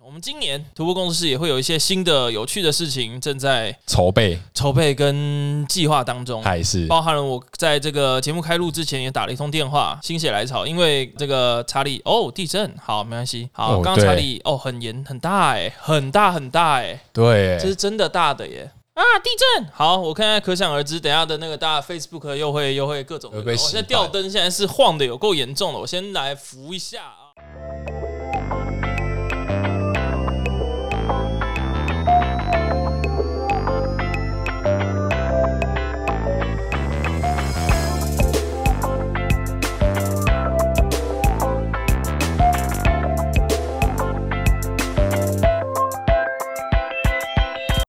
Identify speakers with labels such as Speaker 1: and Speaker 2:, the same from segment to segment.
Speaker 1: 我们今年徒步工作室也会有一些新的有趣的事情正在
Speaker 2: 筹备
Speaker 1: 筹备跟计划当中。
Speaker 2: 还是
Speaker 1: 包含了我在这个节目开录之前也打了一通电话，心血来潮，因为这个查理哦地震，好没关系，好，
Speaker 2: 哦
Speaker 1: 刚刚查理哦很严很大哎、很大很大哎、
Speaker 2: 对
Speaker 1: 这是真的大的耶。啊！地震，好，我看看，可想而知，等一下的那个大家 Facebook 又会又会各种的。
Speaker 2: 会被
Speaker 1: 我
Speaker 2: 洗
Speaker 1: 现在
Speaker 2: 版
Speaker 1: 吊灯现在是晃的有够严重了，我先来扶一下啊。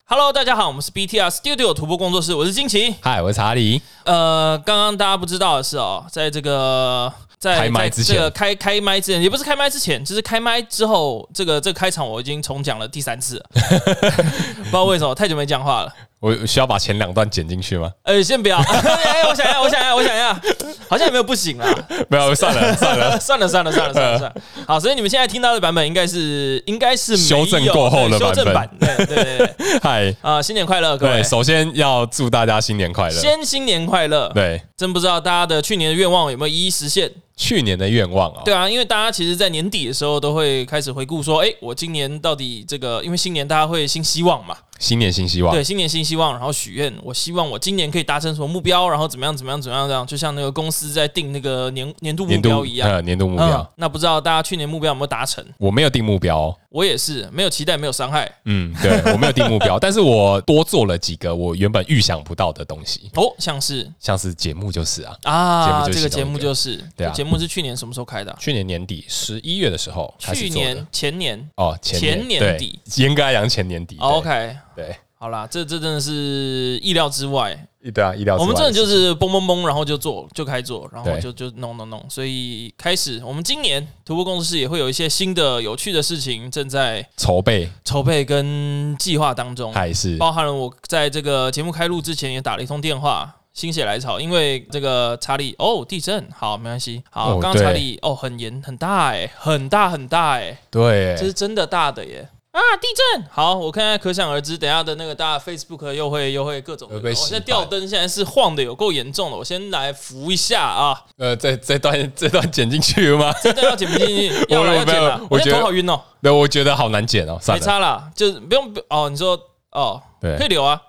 Speaker 1: Hello，大家好，我们是 BTR Studio 徒步工作室，我是金奇。
Speaker 2: 嗨，我是查理，
Speaker 1: 呃，刚刚大家不知道的是哦，在这个在
Speaker 2: 开
Speaker 1: 在
Speaker 2: 麦之前
Speaker 1: 这个开开麦之前，也不是开麦之前，就是开麦之后，这个这个开场我已经重讲了第三 次了，不知道为什么太久没讲话了。
Speaker 2: 我需要把前两段剪进去 吗？
Speaker 1: 呃，先不要，哎，我想一下，我想一下，我想一下，好像也没有不行 啦，
Speaker 2: 没有，算了 算了，
Speaker 1: 算了算了算了算了算了。好，所以你们现在听到的版本应该是应该是没有
Speaker 2: 修正过后的
Speaker 1: 对修正版
Speaker 2: 版，
Speaker 1: 对对对 对。
Speaker 2: 嗨，
Speaker 1: 啊、新年快乐，各位
Speaker 2: 对，！首先要祝大家新年快乐，
Speaker 1: 先新年快乐，
Speaker 2: 对，
Speaker 1: 真不知道大家的去年的愿望有没有一一实现？
Speaker 2: 去年的愿望哦，
Speaker 1: 对啊，因为大家其实，在年底的时候都会开始回顾说，哎、我今年到底这个，因为新年大家会新希望嘛，
Speaker 2: 新年新希望，
Speaker 1: 对，新年新希望，然后许愿，我希望我今年可以达成什么目标，然后怎么样怎么样怎么样这样，就像那个公司在定那个年年度目
Speaker 2: 年
Speaker 1: 标
Speaker 2: 度
Speaker 1: 一样。嗯
Speaker 2: 呃年度目标，
Speaker 1: 那不知道大家去年目标有没有达成？
Speaker 2: 我没有定目标哦，
Speaker 1: 我也是没有期待，没有伤害。
Speaker 2: 嗯，对 我没有定目标，但是我多做了几个我原本预想不到的东西，
Speaker 1: 哦，像是
Speaker 2: 像是节目就是啊，
Speaker 1: 啊，
Speaker 2: 节目就是
Speaker 1: 这个
Speaker 2: 其
Speaker 1: 节
Speaker 2: 中一
Speaker 1: 目
Speaker 2: 个
Speaker 1: 就是，
Speaker 2: 对啊
Speaker 1: 这节目是去年什么时候开的啊、
Speaker 2: 去年年底十一月的时候开始
Speaker 1: 去
Speaker 2: 做的
Speaker 1: 年、前年。
Speaker 2: 哦，
Speaker 1: 前
Speaker 2: 前
Speaker 1: 年
Speaker 2: 对
Speaker 1: 底
Speaker 2: 严格来讲前年底
Speaker 1: 哦
Speaker 2: 对
Speaker 1: OK，
Speaker 2: 对。
Speaker 1: 好啦，这这真的是意料之外。
Speaker 2: 对啊，意料之
Speaker 1: 我们
Speaker 2: 外
Speaker 1: 真的就
Speaker 2: 事情
Speaker 1: 是嘣嘣嘣，然后就做，就开做，然后
Speaker 2: 对
Speaker 1: 就就弄弄弄。所以开始，我们今年徒步工作室也会有一些新的有趣的事情正在
Speaker 2: 筹备
Speaker 1: 筹备跟计划当中，
Speaker 2: 还是
Speaker 1: 包含了我在这个节目开录之前也打了一通电话。心血来潮，因为这个查理哦地震，好没关系，好，
Speaker 2: 哦
Speaker 1: 刚刚查
Speaker 2: 对
Speaker 1: 理哦很严很大哎、很大很大哎、
Speaker 2: 对
Speaker 1: 这是真的大的耶！啊，地震！好，我看看，可想而知，等一下的那个大家 Facebook 又会又会各种的。
Speaker 2: 会
Speaker 1: 我
Speaker 2: 被洗
Speaker 1: 现在
Speaker 2: 版
Speaker 1: 吊灯现在是晃的有够严重了，我先来扶一下啊！
Speaker 2: 呃，这这段这段剪进去吗？
Speaker 1: 这段要剪不进去，要了
Speaker 2: 我
Speaker 1: 要剪了
Speaker 2: 没有，
Speaker 1: 我
Speaker 2: 我
Speaker 1: 现在
Speaker 2: 觉得
Speaker 1: 头好晕哦，
Speaker 2: 对，我觉得好难剪哦，
Speaker 1: 没
Speaker 2: 算了，
Speaker 1: 差啦，就是不用哦。你说哦，
Speaker 2: 对
Speaker 1: 可以留啊，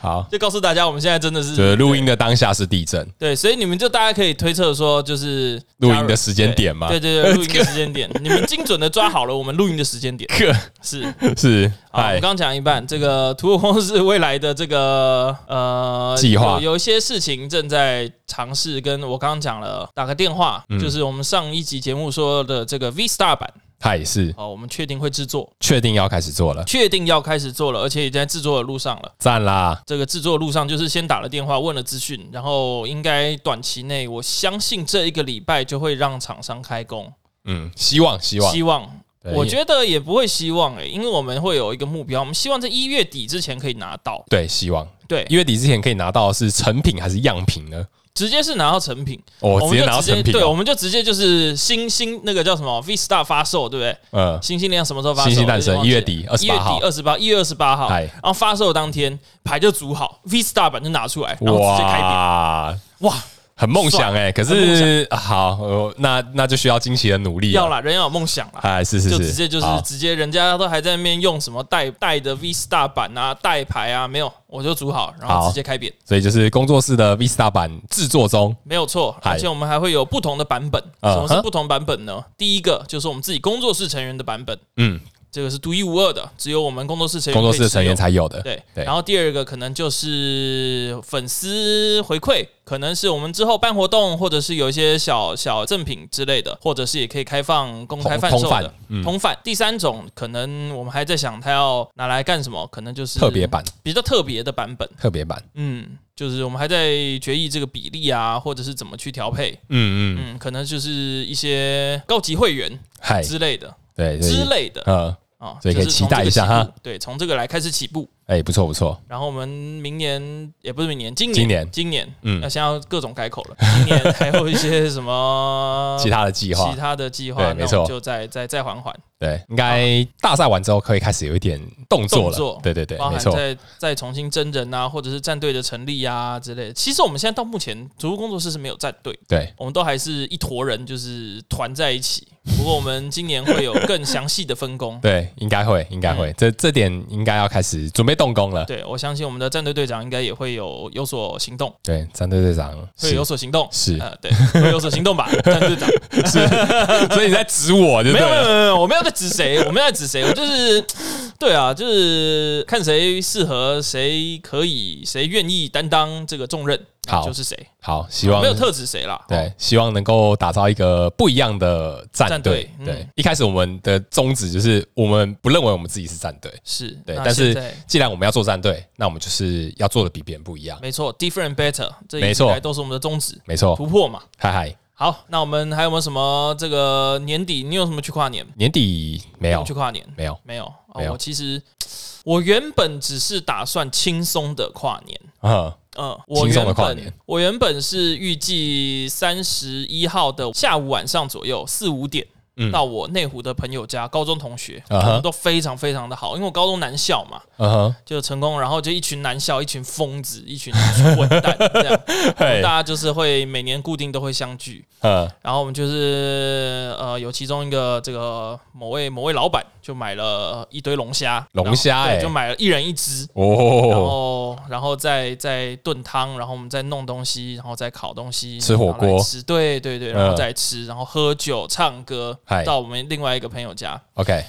Speaker 2: 好，
Speaker 1: 就告诉大家我们现在真的
Speaker 2: 就是
Speaker 1: 是
Speaker 2: 录音的当下是地震，
Speaker 1: 对，所以你们就大家可以推测说，就是
Speaker 2: 录音的时间点嘛
Speaker 1: 对对对，录音 的时间点，你们精准的抓好了我们录音的时间点
Speaker 2: 可
Speaker 1: 是。
Speaker 2: 是
Speaker 1: 好，我
Speaker 2: 哎
Speaker 1: 们，刚讲一半，这个土耳公司未来的这个呃
Speaker 2: 计划
Speaker 1: 有有一些事情正在尝试。跟我刚刚讲了，打个电话，
Speaker 2: 嗯
Speaker 1: 就是我们上一集节目说的这个 V Star 版，
Speaker 2: 嗨是
Speaker 1: 哦，我们确定会制作，
Speaker 2: 确定要开始做了，
Speaker 1: 确定要开始做了，而且也在制作的路上了。
Speaker 2: 赞啦，
Speaker 1: 这个制作路上就是先打了电话问了资讯，然后应该短期内，我相信这一个礼拜就会让厂商开工，
Speaker 2: 嗯，希望希望，
Speaker 1: 希望。
Speaker 2: 对
Speaker 1: 我觉得也不会希望诶、因为我们会有一个目标，我们希望在一月底之前可以拿到。
Speaker 2: 对希望
Speaker 1: 对，
Speaker 2: 一月底之前可以拿到是成品还是样品呢？
Speaker 1: 直接是拿到成品，
Speaker 2: 哦，
Speaker 1: 我
Speaker 2: 直
Speaker 1: 们
Speaker 2: 接
Speaker 1: 就
Speaker 2: 拿到成品
Speaker 1: 对，我
Speaker 2: 哦，
Speaker 1: 们就直接就是新新那个叫什么 V Star 发售，对不对？
Speaker 2: 嗯，
Speaker 1: 新星量什么时候发售？
Speaker 2: 新星诞生
Speaker 1: 我有
Speaker 2: 一月
Speaker 1: 点
Speaker 2: 底
Speaker 1: 忘记
Speaker 2: 28号
Speaker 1: 一月底二十八，一月二十八号，
Speaker 2: 嗨
Speaker 1: 然后发售当天牌就组好，V Star 版就拿出来，然后直接开屏，
Speaker 2: 哇
Speaker 1: 哇，
Speaker 2: 很梦想哎，可
Speaker 1: 很
Speaker 2: 是好，呃那那就需要惊奇的努力了
Speaker 1: 要啦，人要有梦想啦。
Speaker 2: 哎，是是，
Speaker 1: 就是直接就是
Speaker 2: 好
Speaker 1: 直接，人家都还在那边用什么带带的 V Star 版啊，带牌啊，没有，我就组好，然后
Speaker 2: 好
Speaker 1: 直接开扁，
Speaker 2: 所以就是工作室的 Vista 版制作中，
Speaker 1: 没有错。
Speaker 2: 嗨
Speaker 1: 而且我们还会有不同的版本。
Speaker 2: 啊
Speaker 1: 什么是
Speaker 2: 哈
Speaker 1: 不同版本呢？第一个就是我们自己工作室成员的版本，
Speaker 2: 嗯，
Speaker 1: 这个是独一无二的，只有我们工作室成员
Speaker 2: 工作室的
Speaker 1: 可以
Speaker 2: 成
Speaker 1: 使
Speaker 2: 员
Speaker 1: 用
Speaker 2: 才有的。
Speaker 1: 对。
Speaker 2: 对
Speaker 1: 然后第二个可能就是粉丝回馈，可能是我们之后办活动，或者是有一些小小赠品之类的，或者是也可以开放公开贩售
Speaker 2: 通通
Speaker 1: 的
Speaker 2: 贩嗯
Speaker 1: 通贩。第三种可能我们还在想它要拿来干什么，可能就是
Speaker 2: 特别版，
Speaker 1: 比较特别的版本。
Speaker 2: 特别版，
Speaker 1: 嗯，就是我们还在决议这个比例啊，或者是怎么去调配。
Speaker 2: 嗯嗯，
Speaker 1: 嗯，可能就是一些高级会员
Speaker 2: 嗨，
Speaker 1: 之类的
Speaker 2: 对，所
Speaker 1: 之
Speaker 2: 以
Speaker 1: 类的。
Speaker 2: 呃，
Speaker 1: 啊，
Speaker 2: 所以可以
Speaker 1: 就是从
Speaker 2: 期待
Speaker 1: 这个
Speaker 2: 一下
Speaker 1: 起步
Speaker 2: 哈。
Speaker 1: 对，从这个来开始起步。
Speaker 2: 哎，不错不错，
Speaker 1: 然后我们明年也不是明年，今年
Speaker 2: 今年
Speaker 1: 今年，
Speaker 2: 嗯
Speaker 1: 那现在要各种改口了。今年还有一些什么
Speaker 2: 其他的 计划
Speaker 1: 呃其他的计划，
Speaker 2: 对
Speaker 1: 那我
Speaker 2: 没错
Speaker 1: 们就再再再缓缓，
Speaker 2: 对，应该大赛完之后可以开始有一点动作
Speaker 1: 动作
Speaker 2: 了，对对对，
Speaker 1: 包
Speaker 2: 没
Speaker 1: 含
Speaker 2: 错，
Speaker 1: 再再重新真人啊，或者是战队的成立啊之类的。其实我们现在到目前，主物工作室是没有战队，
Speaker 2: 对，。
Speaker 1: 我们都还是一坨人，就是团在一起。不过我们今年会有更详细的分工
Speaker 2: 对，应该会，应该会，这这点应该要开始准备动工了。
Speaker 1: 嗯对，我相信我们的战队队长应该也会有有所行动，
Speaker 2: 对，战队队长
Speaker 1: 会有
Speaker 2: 是
Speaker 1: 所行动，
Speaker 2: 是
Speaker 1: 呃，对，会有所行动吧，战队长。
Speaker 2: 是，所以你在指我就
Speaker 1: 没
Speaker 2: 对
Speaker 1: 有没有
Speaker 2: 了。
Speaker 1: 没有没有，我没有在指谁，我没有在指谁，我就是对啊，就是看谁适合，谁可以，谁愿意担当这个重任，那
Speaker 2: 好
Speaker 1: 就是谁，
Speaker 2: 好，希
Speaker 1: 我
Speaker 2: 望
Speaker 1: 没有特指谁啦。哦
Speaker 2: 对，希望能够打造一个不一样的战
Speaker 1: 战
Speaker 2: 队
Speaker 1: 队。嗯
Speaker 2: 对，一开始我们的宗旨就是我们不认为我们自己是战队，
Speaker 1: 是，
Speaker 2: 对，
Speaker 1: 那
Speaker 2: 但是
Speaker 1: 现在
Speaker 2: 既然我们要做战队，那我们就是要做的比别人不一样。
Speaker 1: 没错，different better，这一
Speaker 2: 没
Speaker 1: 直
Speaker 2: 错
Speaker 1: 以来都是我们的宗旨，
Speaker 2: 没错
Speaker 1: 突，破嘛。
Speaker 2: 嗨嗨，
Speaker 1: 好，那我们还有没有什么这个年底你有什么去跨年？
Speaker 2: 年底没有
Speaker 1: 去跨年
Speaker 2: 没有
Speaker 1: 没有？哦
Speaker 2: 没有
Speaker 1: 我其实我原本只是打算轻松的跨年。
Speaker 2: 啊，
Speaker 1: 嗯，我
Speaker 2: 轻
Speaker 1: 原
Speaker 2: 松地
Speaker 1: 本
Speaker 2: 跨年
Speaker 1: 我原本是预计三十一号的下午晚上左右四五点，
Speaker 2: 嗯
Speaker 1: 到我内湖的朋友家，高中同学，
Speaker 2: 啊哈
Speaker 1: 我们都非常非常的好，因为我高中男校嘛，
Speaker 2: 嗯哼，
Speaker 1: 就成功，然后就一群男校，一群疯子，一群混蛋，这 样，
Speaker 2: 嘿
Speaker 1: 大，家就是会每年固定都会相聚，
Speaker 2: 嗯
Speaker 1: 然后我们就是呃，有其中一个这个某位某位老板就买了一堆龙虾，
Speaker 2: 龙虾
Speaker 1: 然后对
Speaker 2: 欸
Speaker 1: 就买了一人一只，然
Speaker 2: 哦，
Speaker 1: 后然后再再炖汤，然后我们再弄东西，然后再烤东西，
Speaker 2: 吃火
Speaker 1: 然后来
Speaker 2: 锅
Speaker 1: 吃对对对，
Speaker 2: 嗯
Speaker 1: 然后再吃，然后喝酒、唱歌
Speaker 2: 嗨，
Speaker 1: 到我们另外一个朋友家。
Speaker 2: OK，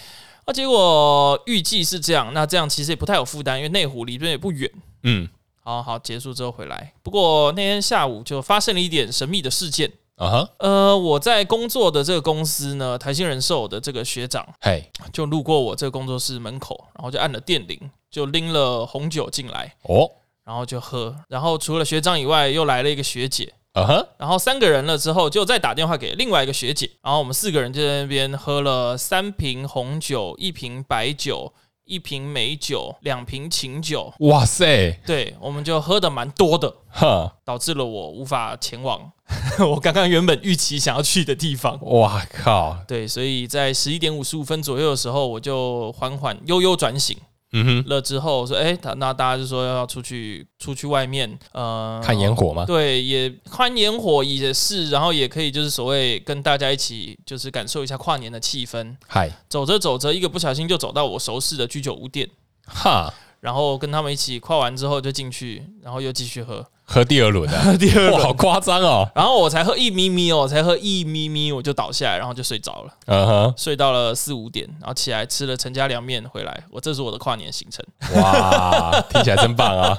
Speaker 1: 那结果预计是这样，那这样其实也不太有负担，因为内湖离这边也不远。
Speaker 2: 嗯，
Speaker 1: 好好结束之后回来，不过那天下午就发生了一点神秘的事件。
Speaker 2: 啊哈，
Speaker 1: 呃，我在工作的这个公司呢，台新人寿的这个学长
Speaker 2: 嘿，
Speaker 1: 就路过我这个工作室门口，然后就按了电铃，就拎了红酒进来。
Speaker 2: 哦，
Speaker 1: 然后就喝，然后除了学长以外，又来了一个学姐，
Speaker 2: 啊哈，
Speaker 1: 然后三个人了之后，就再打电话给另外一个学姐，然后我们四个人就在那边喝了三瓶红酒、一瓶白酒、一瓶美酒、两瓶琴酒，
Speaker 2: 哇塞，
Speaker 1: 对，我们就喝的蛮多的，
Speaker 2: 哼，
Speaker 1: 导致了我无法前往 我刚刚原本预期想要去的地方。
Speaker 2: 哇靠，
Speaker 1: 对，所以在十一点五十五分左右的时候，我就缓缓悠悠转醒
Speaker 2: 嗯哼，
Speaker 1: 了之后，说：“哎，那那大家就说要出去出去外面，呃，
Speaker 2: 看烟火吗？
Speaker 1: 对，也看烟火也是，然后也可以就是所谓跟大家一起，就是感受一下跨年的气氛。
Speaker 2: 嗨，
Speaker 1: 走着走着，一个不小心就走到我熟识的居酒屋店，
Speaker 2: 哈，
Speaker 1: 然后跟他们一起跨完之后就进去，然后又继续喝，
Speaker 2: 喝第二轮啊，
Speaker 1: 第二
Speaker 2: 哇，好夸张哦，
Speaker 1: 然后我才喝一咪咪哦，我才喝一咪咪我就倒下来，然后就睡着了，
Speaker 2: 嗯哼，
Speaker 1: 睡到了四五点，然后起来吃了陈家凉面回来，我这是我的跨年行程，
Speaker 2: 嗯哇，听起来真棒啊！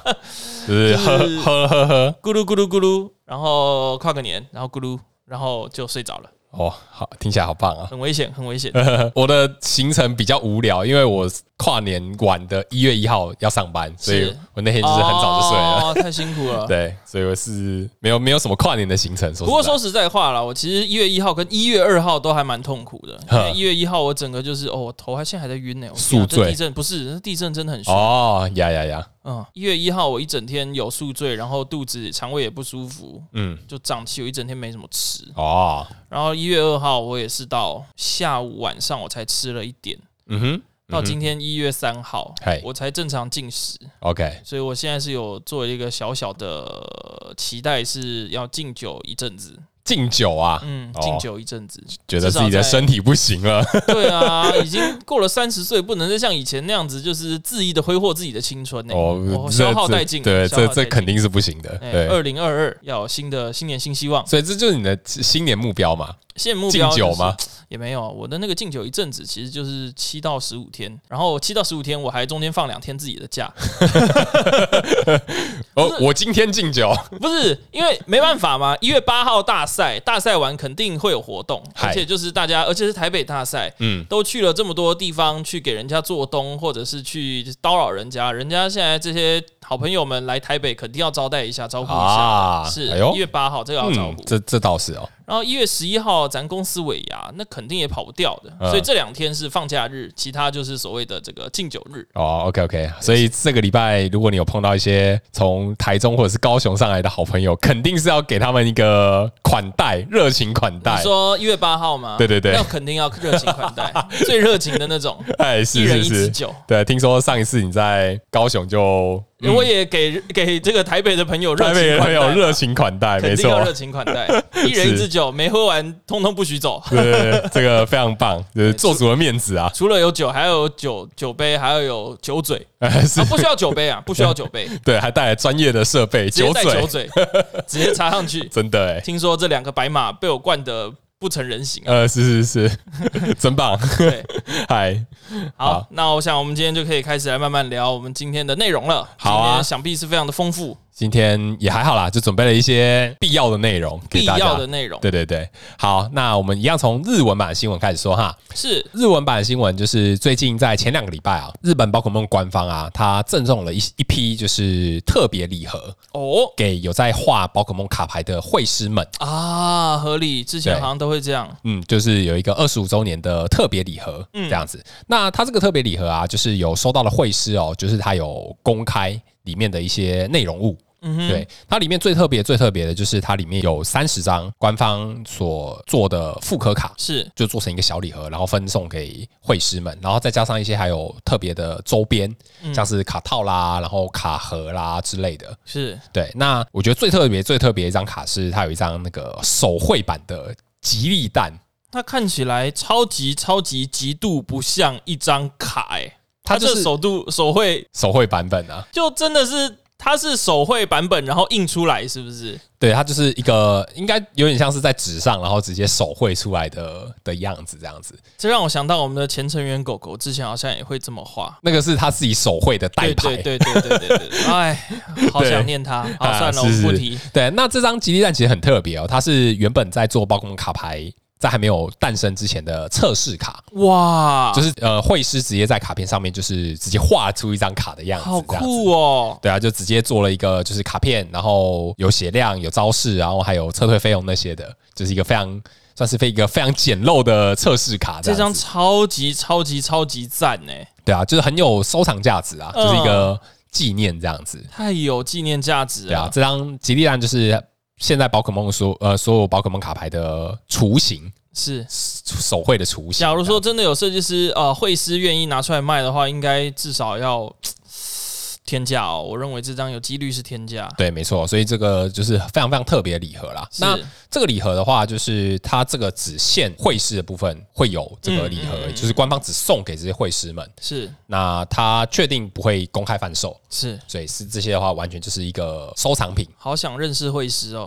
Speaker 2: 就是喝
Speaker 1: 就是
Speaker 2: 喝喝喝，
Speaker 1: 咕噜咕噜咕噜，然后跨个年，然后咕噜，然后就睡着了，
Speaker 2: 哦，好，听起来好棒啊！
Speaker 1: 很危险，很危险。
Speaker 2: 我的行程比较无聊，因为我跨年晚的一月一号要上班，所以我那天就是很早就睡了。
Speaker 1: 哦，太辛苦了。
Speaker 2: 对，所以我是没有没有什么跨年的行程。不
Speaker 1: 不过说实在话啦，我其实一月一号跟一月二号都还蛮痛苦的，因为一月一号我整个就是哦，我头还现在还在晕呢、我
Speaker 2: 宿
Speaker 1: 天啊这
Speaker 2: 醉
Speaker 1: 地震不是，这地震真的很凶。
Speaker 2: 哦，呀呀呀，
Speaker 1: 嗯，一月一号我一整天有宿醉，然后肚子、肠胃也不舒服，
Speaker 2: 嗯，
Speaker 1: 就胀气，我一整天没什么吃。
Speaker 2: 哦，
Speaker 1: 然后一月二号我也是到下午晚上我才吃了一点，
Speaker 2: 嗯哼
Speaker 1: 到今天一月三号
Speaker 2: 嗨
Speaker 1: 我才正常进食，
Speaker 2: ，OK，
Speaker 1: 所以我现在是有做一个小小的期待，是要禁酒一阵子。
Speaker 2: 敬酒啊，
Speaker 1: 嗯，
Speaker 2: 哦
Speaker 1: 禁酒一阵子，
Speaker 2: 觉得自己
Speaker 1: 至少在
Speaker 2: 的身体不行了。
Speaker 1: 对啊，已经过了三十岁，不能再像以前那样子，就是恣意的挥霍自己的青春 呢、
Speaker 2: 哦，这
Speaker 1: 消耗
Speaker 2: 这
Speaker 1: 殆尽，啊
Speaker 2: 对，
Speaker 1: 消耗
Speaker 2: 这
Speaker 1: 殆尽哎
Speaker 2: 这肯。定是不行的。对，
Speaker 1: 二零二二要有新的新年新希望，
Speaker 2: 所以这就是你的新年目标嘛，
Speaker 1: 现在目
Speaker 2: 敬
Speaker 1: 标、
Speaker 2: 酒吗？？
Speaker 1: 也没有，我的那个敬酒一阵子，其实就是七到十五天，然后七到十五天我还中间放两天自己的假，
Speaker 2: 哦，我今天敬酒，
Speaker 1: 不是因为没办法嘛，一月八号大赛，大赛完肯定会有活动，
Speaker 2: 嗨
Speaker 1: 而且就是大家，而且是台北大赛，
Speaker 2: 嗯，
Speaker 1: 都去了这么多地方去给人家做东，或者是去叨扰人家，人家现在这些好朋友们来台北肯定要招待一下，招呼一下。
Speaker 2: 啊
Speaker 1: 是
Speaker 2: 哎呦
Speaker 1: 一月八号这个要招呼，
Speaker 2: 这这倒是哦，
Speaker 1: 然后一月十一号咱公司尾牙，那肯定也跑不掉的。
Speaker 2: 嗯
Speaker 1: 所以这两天是放假日，其他就是所谓的这个敬酒日。
Speaker 2: 哦，OK OK，所以这个礼拜如果你有碰到一些从台中或者是高雄上来的好朋友，肯定是要给他们一个款待，热情款
Speaker 1: 你
Speaker 2: 待。
Speaker 1: 说一月八号吗？
Speaker 2: 对对对
Speaker 1: 要肯定要热情款 待，最热情的那种，
Speaker 2: 哎，
Speaker 1: 一
Speaker 2: 是
Speaker 1: 人
Speaker 2: 是
Speaker 1: 一支
Speaker 2: 是，
Speaker 1: 酒。
Speaker 2: 对，听说上一次你在高雄就
Speaker 1: 我也给给这个台北的朋友热
Speaker 2: 嗯台
Speaker 1: 情
Speaker 2: 北人
Speaker 1: 款
Speaker 2: 很
Speaker 1: 待
Speaker 2: 有
Speaker 1: 嘛，
Speaker 2: 嗯热情款待，没
Speaker 1: 肯定要
Speaker 2: 错，
Speaker 1: 热情款 待，一人一支酒，没喝完通通不许走。
Speaker 2: 对对，对这个非 常棒，就是做足了面子啊，
Speaker 1: 除了有酒，还要有酒酒杯，还要有酒嘴
Speaker 2: 哎是
Speaker 1: 啊，，不需要酒杯啊，不需要酒杯，
Speaker 2: 对，还带来专业的设备，
Speaker 1: 直接
Speaker 2: 酒
Speaker 1: 带
Speaker 2: 嘴
Speaker 1: 酒，嘴，直接插上去。
Speaker 2: 真的哎，
Speaker 1: 听说这两个白马被我灌得不成人形啊。
Speaker 2: 呃，是 是是，真棒，
Speaker 1: 对，
Speaker 2: 嗨，
Speaker 1: 好
Speaker 2: 哎好，
Speaker 1: 那我想我们今天就可以开始来慢慢聊我们今天的内容了。
Speaker 2: 好啊
Speaker 1: 今天想必是非常的丰富，
Speaker 2: 今天也还好啦，就准备了一些必要的内容给
Speaker 1: 必
Speaker 2: 大家，
Speaker 1: 要的内容
Speaker 2: 对对对，好，那我们一样从日文版的新闻开始说哈。
Speaker 1: 是
Speaker 2: 日文版的新闻就是最近在前两个礼拜啊，日本宝可梦官方啊，它赠送了一一批就是特别礼盒
Speaker 1: 哦
Speaker 2: 给有在画宝可梦卡牌的绘师们。
Speaker 1: 啊，合理。之前
Speaker 2: 对
Speaker 1: 好像都会这样，
Speaker 2: 嗯，就是有一个二十五周年的特别礼盒，
Speaker 1: 嗯
Speaker 2: 这样子。那它这个特别礼盒啊，就是有收到的绘师哦，就是它有公开里面的一些内容物。
Speaker 1: 嗯哼，
Speaker 2: 对，它里面最特别、最特别的就是它里面有三十张官方所做的复刻卡，
Speaker 1: 是
Speaker 2: 就做成一个小礼盒，然后分送给会师们，然后再加上一些还有特别的周边，
Speaker 1: 嗯
Speaker 2: 像是卡套啦，然后卡盒啦之类的。
Speaker 1: 是
Speaker 2: 对，那我觉得最特别、最特别一张卡是它有一张那个手绘版的吉利蛋，
Speaker 1: 它看起来超级超级极度不像一张卡、欸，
Speaker 2: 它
Speaker 1: 这
Speaker 2: 就是
Speaker 1: 手度手绘
Speaker 2: 手绘版本啊。
Speaker 1: 就真的是它是手绘版本，然后印出来，是不是？
Speaker 2: 对，它就是一个应该有点像是在纸上，然后直接手绘出来的的样子，这样子。
Speaker 1: 这让我想到我们的前成员狗狗之前好像也会这么画。
Speaker 2: 那个是他自己手绘的代
Speaker 1: 对
Speaker 2: 牌
Speaker 1: 对，对对对对 对，哎，好想念它。好，
Speaker 2: 啊
Speaker 1: 算了，我
Speaker 2: 是
Speaker 1: 们
Speaker 2: 是
Speaker 1: 不提。
Speaker 2: 对，那这张吉利蛋其实很特别哦，它是原本在做包公卡牌，在还没有诞生之前的测试卡，
Speaker 1: 哇，
Speaker 2: 就是呃，绘师直接在卡片上面就是直接画出一张卡的样子，
Speaker 1: 好
Speaker 2: 这样子
Speaker 1: 酷哦！
Speaker 2: 对啊，就直接做了一个就是卡片，然后有血量、有招式，然后还有撤退费用那些的，就是一个非常算是非一个非常简陋的测试卡这
Speaker 1: 这
Speaker 2: 样子。
Speaker 1: 张超级超级超级赞欸呢，
Speaker 2: 对啊，就是很有收藏价值啊，
Speaker 1: 嗯
Speaker 2: 就是一个纪念这样子。
Speaker 1: 太有纪念价值
Speaker 2: 对啊，
Speaker 1: 了。
Speaker 2: 这张吉利蛋就是现在宝可梦所呃所有宝可梦卡牌的雏形，
Speaker 1: 是，
Speaker 2: 手绘的雏形。
Speaker 1: 假如说真的有设计师呃绘师愿意拿出来卖的话，应该至少要嗯天价哦。我认为这张有几率是天价。
Speaker 2: 对，没错，所以这个就是非常非常特别的礼盒啦。
Speaker 1: 是
Speaker 2: 那这个礼盒的话，就是它这个只限会师的部分会有这个礼盒，
Speaker 1: 嗯嗯嗯嗯
Speaker 2: 就是官方只送给这些会师们。
Speaker 1: 是
Speaker 2: 那它确定不会公开贩售，
Speaker 1: 是，
Speaker 2: 所以是这些的话，完全就是一个收藏品
Speaker 1: 好想认识会师 哦，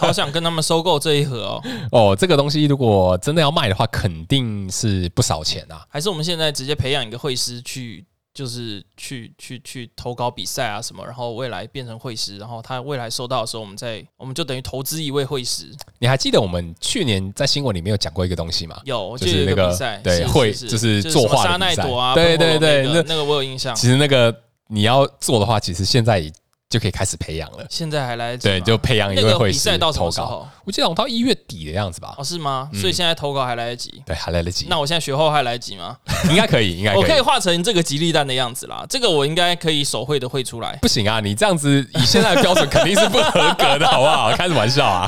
Speaker 1: 好想跟他们收购这一盒哦。
Speaker 2: 哦。这个东西如果真的要卖的话，肯定是不少钱啊。
Speaker 1: 还是我们现在直接培养一个会师去，就是去去去投稿比赛啊什么，然后未来变成会师，然后他未来收到的时候，我们再我们就等于投资一位会师。
Speaker 2: 你还记得我们去年在新闻里面有讲过一个东西吗？
Speaker 1: 有，我
Speaker 2: 就
Speaker 1: 记得有
Speaker 2: 是
Speaker 1: 一
Speaker 2: 那个
Speaker 1: 比赛，
Speaker 2: 对
Speaker 1: 是
Speaker 2: 会
Speaker 1: 是
Speaker 2: 就是
Speaker 1: 是
Speaker 2: 作
Speaker 1: 什么
Speaker 2: 画的
Speaker 1: 沙
Speaker 2: 比
Speaker 1: 奈
Speaker 2: 赛
Speaker 1: 朵啊，
Speaker 2: 对
Speaker 1: 波波罗
Speaker 2: 对对
Speaker 1: 那
Speaker 2: 那
Speaker 1: 个那个我有印象。
Speaker 2: 其实那个你要做的话，其实现在也就可以开始培养了。
Speaker 1: 现在还来得及
Speaker 2: 对，
Speaker 1: 吗
Speaker 2: 就培养一
Speaker 1: 那
Speaker 2: 位
Speaker 1: 个
Speaker 2: 会
Speaker 1: 比
Speaker 2: 师
Speaker 1: 赛到什
Speaker 2: 投
Speaker 1: 么时
Speaker 2: 稿。
Speaker 1: 候？
Speaker 2: 我记得好像到一月底的样子吧
Speaker 1: 哦，。是吗？所以现在投稿还来得及。
Speaker 2: 对，还来得及
Speaker 1: 那，我现在学后还来得及吗？
Speaker 2: 应该可以，应该
Speaker 1: 我可
Speaker 2: 可
Speaker 1: 以
Speaker 2: 以。
Speaker 1: 画成这个吉利蛋的样子啦，这个我应该可以手绘的绘出来。
Speaker 2: 不行啊，你这样子以现在的标准肯定是不合格的，好不好？ 开什么玩笑啊！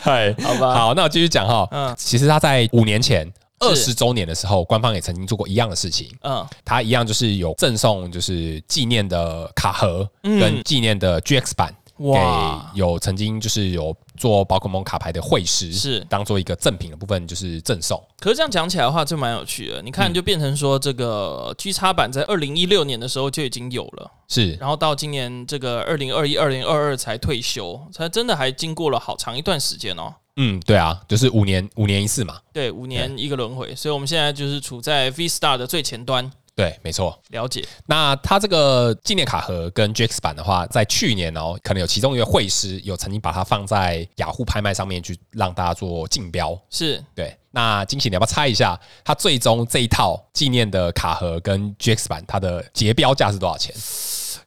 Speaker 2: 嗨，
Speaker 1: 好吧
Speaker 2: 好，那我继续讲哈。
Speaker 1: 嗯
Speaker 2: 其实他在五年前二
Speaker 1: 是
Speaker 2: 十周年的时候，官方也曾经做过一样的事情。
Speaker 1: 嗯，
Speaker 2: 他一样就是有赠送，就是纪念的卡盒
Speaker 1: 嗯
Speaker 2: 跟纪念的 GX 版。给
Speaker 1: 哇，
Speaker 2: 有曾经就是有做宝可梦卡牌的绘师，
Speaker 1: 是
Speaker 2: 当做一个赠品的部分，就是赠送。
Speaker 1: 可是这样讲起来的话，就蛮有趣的。你看，
Speaker 2: 嗯
Speaker 1: 就变成说，这个呃 G 叉版在二零一六年的时候就已经有了，
Speaker 2: 是
Speaker 1: 然后到今年这个二零二一、二零二二才退休，才真的还经过了好长一段时间哦。
Speaker 2: 嗯，对啊，就是五年五年一次嘛。
Speaker 1: 对，五年一个轮回，所以我们现在就是处在 V Star 的最前端。
Speaker 2: 对，没错。
Speaker 1: 了解，
Speaker 2: 那它这个纪念卡盒跟 GX 版的话，在去年哦，可能有其中一位绘师有曾经把它放在雅虎拍卖上面去让大家做竞标。
Speaker 1: 是
Speaker 2: 对，那惊喜你要不要猜一下，它最终这一套纪念的卡盒跟 GX 版它的结标价是多少钱？